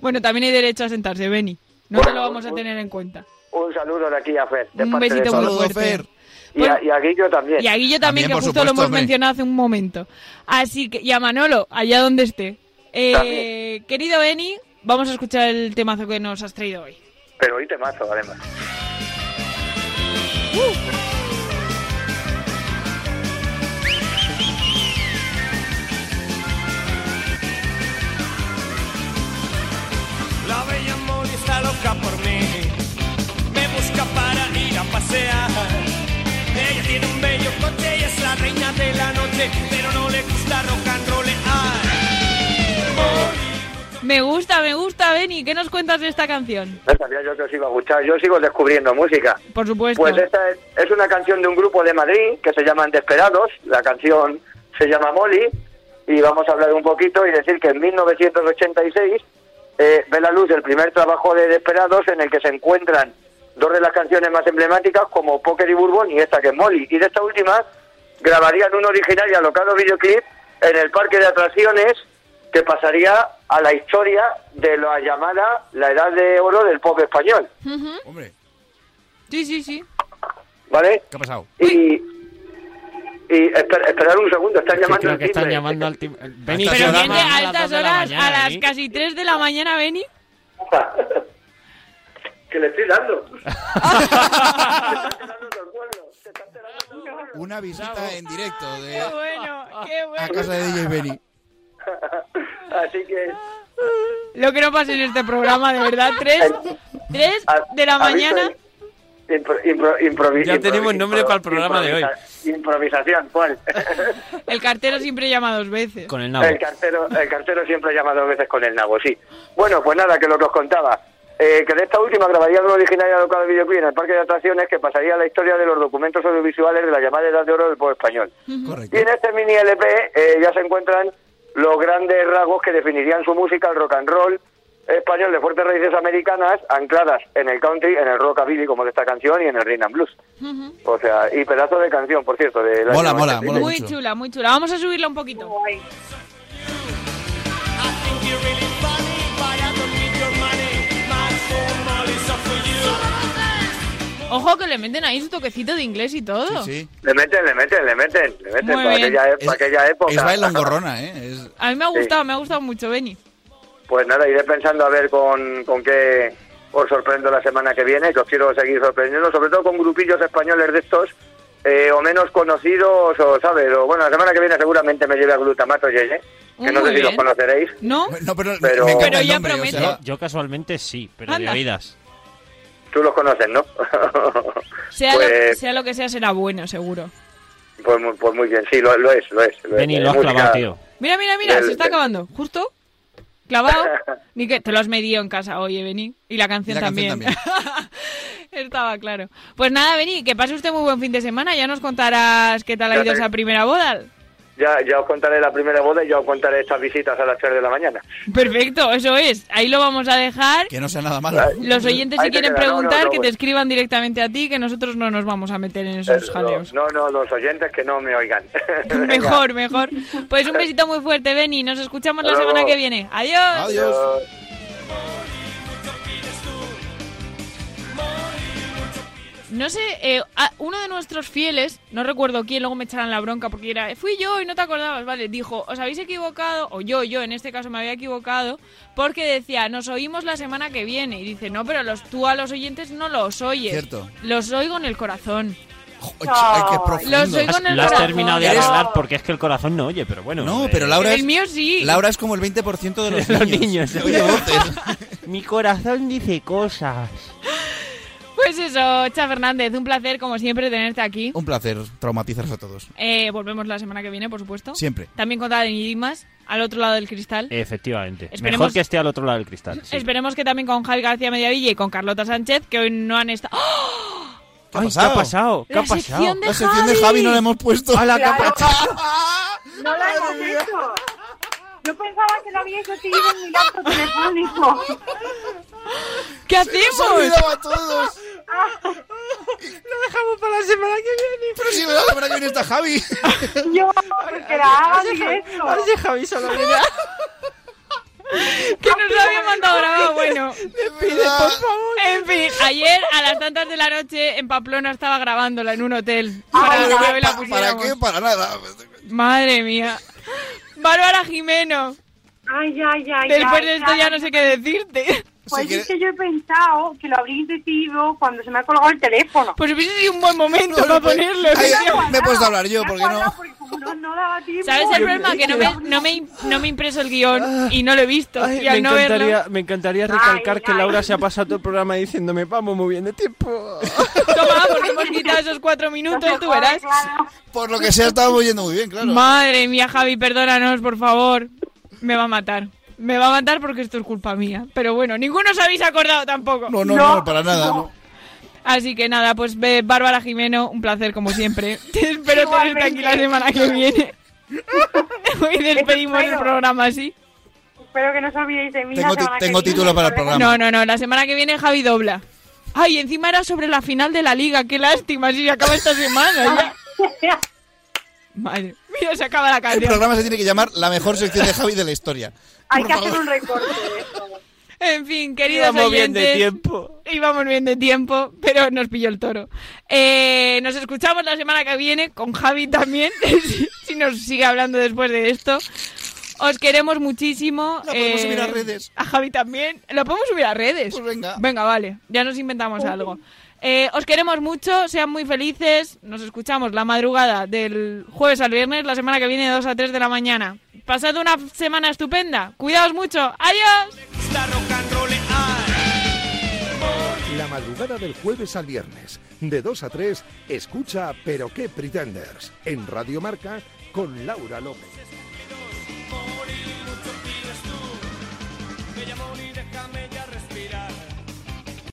I: Bueno, también hay derecho a sentarse, Beni. No te
L: Bueno,
I: lo vamos a
L: un-
I: tener en cuenta.
L: Un saludo de aquí a Fer. De
I: Un
L: parte
I: besito
L: de
I: muy
L: todos.
I: fuerte. Saludo, Fer.
L: Y, a, y a Guillo también.
I: Y a Guillo también, que
L: por
I: justo lo
L: supuesto,
I: hemos
L: hombre.
I: mencionado hace un momento. Así que, y a Manolo, allá donde esté. Eh,
L: También.
I: querido Beni, vamos a escuchar el temazo que nos has traído hoy.
L: Pero hoy te mazo, además.
M: La bella Moni está loca por mí. Me busca para ir a pasear. Ella tiene un bello coche y es la reina de la noche, pero no le gusta rock and rollear.
I: Me gusta, me gusta, Beni. ¿Qué nos cuentas de esta canción?
L: No sabía yo que os iba a gustar. Yo sigo descubriendo música.
I: Por supuesto.
L: Pues esta es, es una canción de un grupo de Madrid que se llaman Desperados. La canción se llama Molly. Y vamos a hablar un poquito y decir que en 1986 eh, ve la luz el primer trabajo de Desperados en el que se encuentran dos de las canciones más emblemáticas como Poker y Bourbon y esta que es Molly. Y de esta última grabarían un original y alocado videoclip en el parque de atracciones que pasaría a la historia de la llamada la edad de oro del pop español.
A: Hombre.
I: Sí, sí, sí.
L: ¿Vale?
A: ¿Qué ha pasado?
L: Y, y esper- esperar un segundo, están llamando.
B: creo
L: al
B: que están
L: timbre.
B: llamando al tim- Vení,
I: Pero
B: programa
I: ¿quién de- a
B: las
I: estas
B: dos de la
I: horas,
B: mañana, ¿eh?
I: a las
B: Beni.
I: casi 3 de la mañana, Beni.
L: que le estoy dando.
A: Una visita en directo de
I: Qué bueno, qué
A: a
I: bueno.
A: casa de DJ Benny.
L: Así que.
I: Lo que no pasa en este programa, de verdad. 3 tres de la
L: ¿habéis
I: mañana.
L: oído? Impro- impro- improvi-
B: Ya tenemos
L: improvi-
B: nombre para el programa de hoy. Ah,
L: improvisa- Improvisación, ¿cuál?
I: El cartero siempre llama dos veces.
B: Con el
L: El cartero, el cartero siempre llama dos veces con el nabo, sí. Bueno, pues nada, que lo que os contaba. Eh, que de esta última grabaría un original y alocado videoclip en el parque de atracciones que pasaría a la historia de los documentos audiovisuales de la llamada Edad de Oro del Pueblo Español.
A: Correcto.
L: Y en este mini LP eh, ya se encuentran los grandes rasgos que definirían su música, el rock and roll español de fuertes raíces americanas, ancladas en el country, en el rockabilly, como de esta canción, y en el rhythm and blues. O sea, y pedazo de canción, por cierto. De la
A: Mola, mola, mola
I: Muy chula, muy chula. Vamos a subirla un poquito. Ojo que le meten ahí su toquecito de inglés y todo.
L: Le meten, le meten, le meten, le meten,
I: Muy
L: para
I: bien.
L: aquella, e- para aquella época.
A: Es bailongorrona, ¿eh? Es-
I: A mí me ha
L: Sí.
I: gustado, me ha gustado mucho, Beni.
L: Pues nada, iré pensando a ver con, con qué os sorprendo la semana que viene, que os quiero seguir sorprendiendo, sobre todo con grupillos españoles de estos, eh, o menos conocidos, o sabes, o bueno, la semana que viene seguramente me lleve a Glutamato Yeye, que no
I: Muy
L: sé si los
I: bien.
L: conoceréis.
I: ¿No?
A: No, pero,
L: Pero-
A: me encanta
L: Pero
A: el
L: ya
A: nombre, o
L: promete.
A: sea,
B: Yo, yo casualmente sí, pero
I: Anda.
B: de oídas.
L: Tú los conoces, ¿no?
I: Sea, lo,
L: pues,
I: sea lo que sea, será bueno, seguro.
L: pues, mu- pues muy bien, sí, lo, lo es, lo es. lo es.
B: Benny, lo has
L: Música-
B: clavado, tío.
I: Mira, mira, mira,
L: El-
I: se está acabando. ¿Justo? ¿Clavado? Ni que te lo has medido en casa, oye, Beni. Y la
A: y
I: canción
A: la canción
I: también.
A: también.
I: Estaba claro. Pues nada, vení, que pase usted muy buen fin de semana. Ya nos contarás qué tal ha ido esa primera boda.
L: Ya, ya os contaré la primera boda y ya os contaré estas visitas a las 3 de la mañana.
I: Perfecto, eso es. Ahí lo vamos a dejar.
A: Que no sea nada malo.
I: Los oyentes,
L: Ahí
I: si
L: te
I: quieren
L: queda, no, no,
I: preguntar,
L: no,
I: que te
L: bueno.
I: escriban directamente a ti, que nosotros no nos vamos a meter en esos
L: Eh,
I: jaleos.
L: No, no, los oyentes que no me oigan.
I: Mejor, mejor. Pues un besito muy fuerte, Beni. Nos escuchamos la
L: Hasta luego.
I: semana que viene. Adiós.
L: Adiós.
I: No sé, eh, a- uno de nuestros fieles, no recuerdo quién, luego me echarán la bronca porque era, fui yo y no te acordabas, vale, dijo, os habéis equivocado, o yo, yo en este caso me había equivocado, porque decía, nos oímos la semana que viene, y dice, no, pero los, tú a los oyentes no los oyes.
A: Cierto.
I: Los oigo en el corazón.
A: ay, qué profundo.
I: Los oigo en el
B: Lo has
I: corazón.
B: terminado de
A: Eres-
B: arreglar porque es que el corazón no oye, pero bueno.
A: No, pero Laura
I: El
A: es,
I: mío sí.
A: Laura es como el 20% de los, niños. Oye,
B: Eh, Mi corazón dice cosas.
I: Pues eso, Cha Fernández, un placer como siempre tenerte aquí.
A: un placer traumatizaros a todos.
I: Eh, volvemos la semana que viene, por supuesto.
A: Siempre.
I: También contada en idiomas, al otro lado del cristal.
B: Efectivamente.
I: Esperemos-
B: Mejor que esté al otro lado del cristal. Eh, sí.
I: Esperemos que también con Javi García Mediavilla y con Carlota Sánchez, que hoy no han estado.
B: Ay, ¿Qué ha pasado? ¿Qué
I: La
B: ha pasado?
I: sección de La sección de Javi. Javi no la hemos
A: puesto.
B: ¡A la
J: Claro.
B: capa-
J: No lo hemos hecho. Yo pensaba que lo había conseguido en mi laptop telefónico.
I: ¿Qué
A: hacemos? olvidaba a todos.
J: Lo dejamos para la semana que viene.
A: Pero si la semana que viene está Javi.
J: Yo, porque la haga directo.
B: Oye, Javi, solo mira.
I: Que nos lo había mandado grabado, bueno.
A: por
I: favor. En fin, ayer a las tantas de la noche en Pamplona estaba grabándola en un hotel.
A: Ay,
I: Para, que
A: ¿para-
I: hoy la
A: para
I: pusiéramos.
A: qué? Para nada.
I: Madre mía. Bárbara Jimeno.
J: Ay, ay, ay.
I: Después
J: ay,
I: de esto
J: ay.
I: ya no sé qué decirte.
J: Pues es que yo he pensado que lo habréis decidido cuando se me ha colgado el teléfono.
I: Pues hubiese sido un buen momento
J: No, no,
I: para
J: pues,
I: ponerlo.
J: ay,
I: tío.
J: ay, me he puesto a hablar
A: yo,
J: porque no- No, no daba tiempo.
I: ¿Sabes el problema? Que no me, no me, no me he impreso el guión y no lo he visto.
B: Ay,
I: y al
B: me,
I: no verlo,
B: encantaría, me encantaría recalcar que Laura se ha pasado todo el programa diciéndome vamos muy bien de tiempo.
I: toma, porque hemos quitado esos cuatro minutos, tú verás.
A: Por lo que sea, estábamos yendo muy bien, claro.
I: Madre mía, Javi, perdónanos, por favor. Me va a matar. Me va a matar porque esto es culpa mía. Pero bueno, ninguno os habéis acordado tampoco.
A: No, no, no, para nada. no.
I: Así que nada, pues ve, Bárbara Jimeno, un placer como siempre. Te espero tenerte aquí la semana que viene. Hoy despedimos el
J: espero.
I: programa así.
J: Espero que no os olvidéis de mí.
A: Tengo
J: la
A: ti-
J: semana que
A: tengo
J: viene.
A: título para el programa.
I: No, no, no, la semana que viene Javi dobla. Ay, encima era sobre la final de la liga, qué lástima, si se acaba esta semana. ya. Madre, mira, se acaba la
A: El
I: canción.
A: programa se tiene que llamar La mejor sección de Javi de la historia.
J: Hay que hacer un recorte de esto.
I: En fin, queridos
A: Íbamos bien de
I: oyentes.
A: tiempo.
I: Íbamos bien de tiempo, pero nos pilló el toro. Eh, nos escuchamos la semana que viene con Javi también, si, si nos sigue hablando después de esto. Os queremos muchísimo. eh,
A: La podemos subir a redes.
I: A Javi también. ¿La podemos subir a redes? Pues
A: venga. Uh.
I: Venga, vale. Ya nos inventamos
A: Ok.
I: algo. Eh, os queremos mucho, sean muy felices. Nos escuchamos la madrugada del jueves al viernes, la semana que viene de 2 a 3 de la mañana. Pasad una semana estupenda. Cuidaos mucho. Adiós.
H: La madrugada del jueves al viernes, de 2 a 3, escucha Pero qué Pretenders en Radio Marca con Laura López.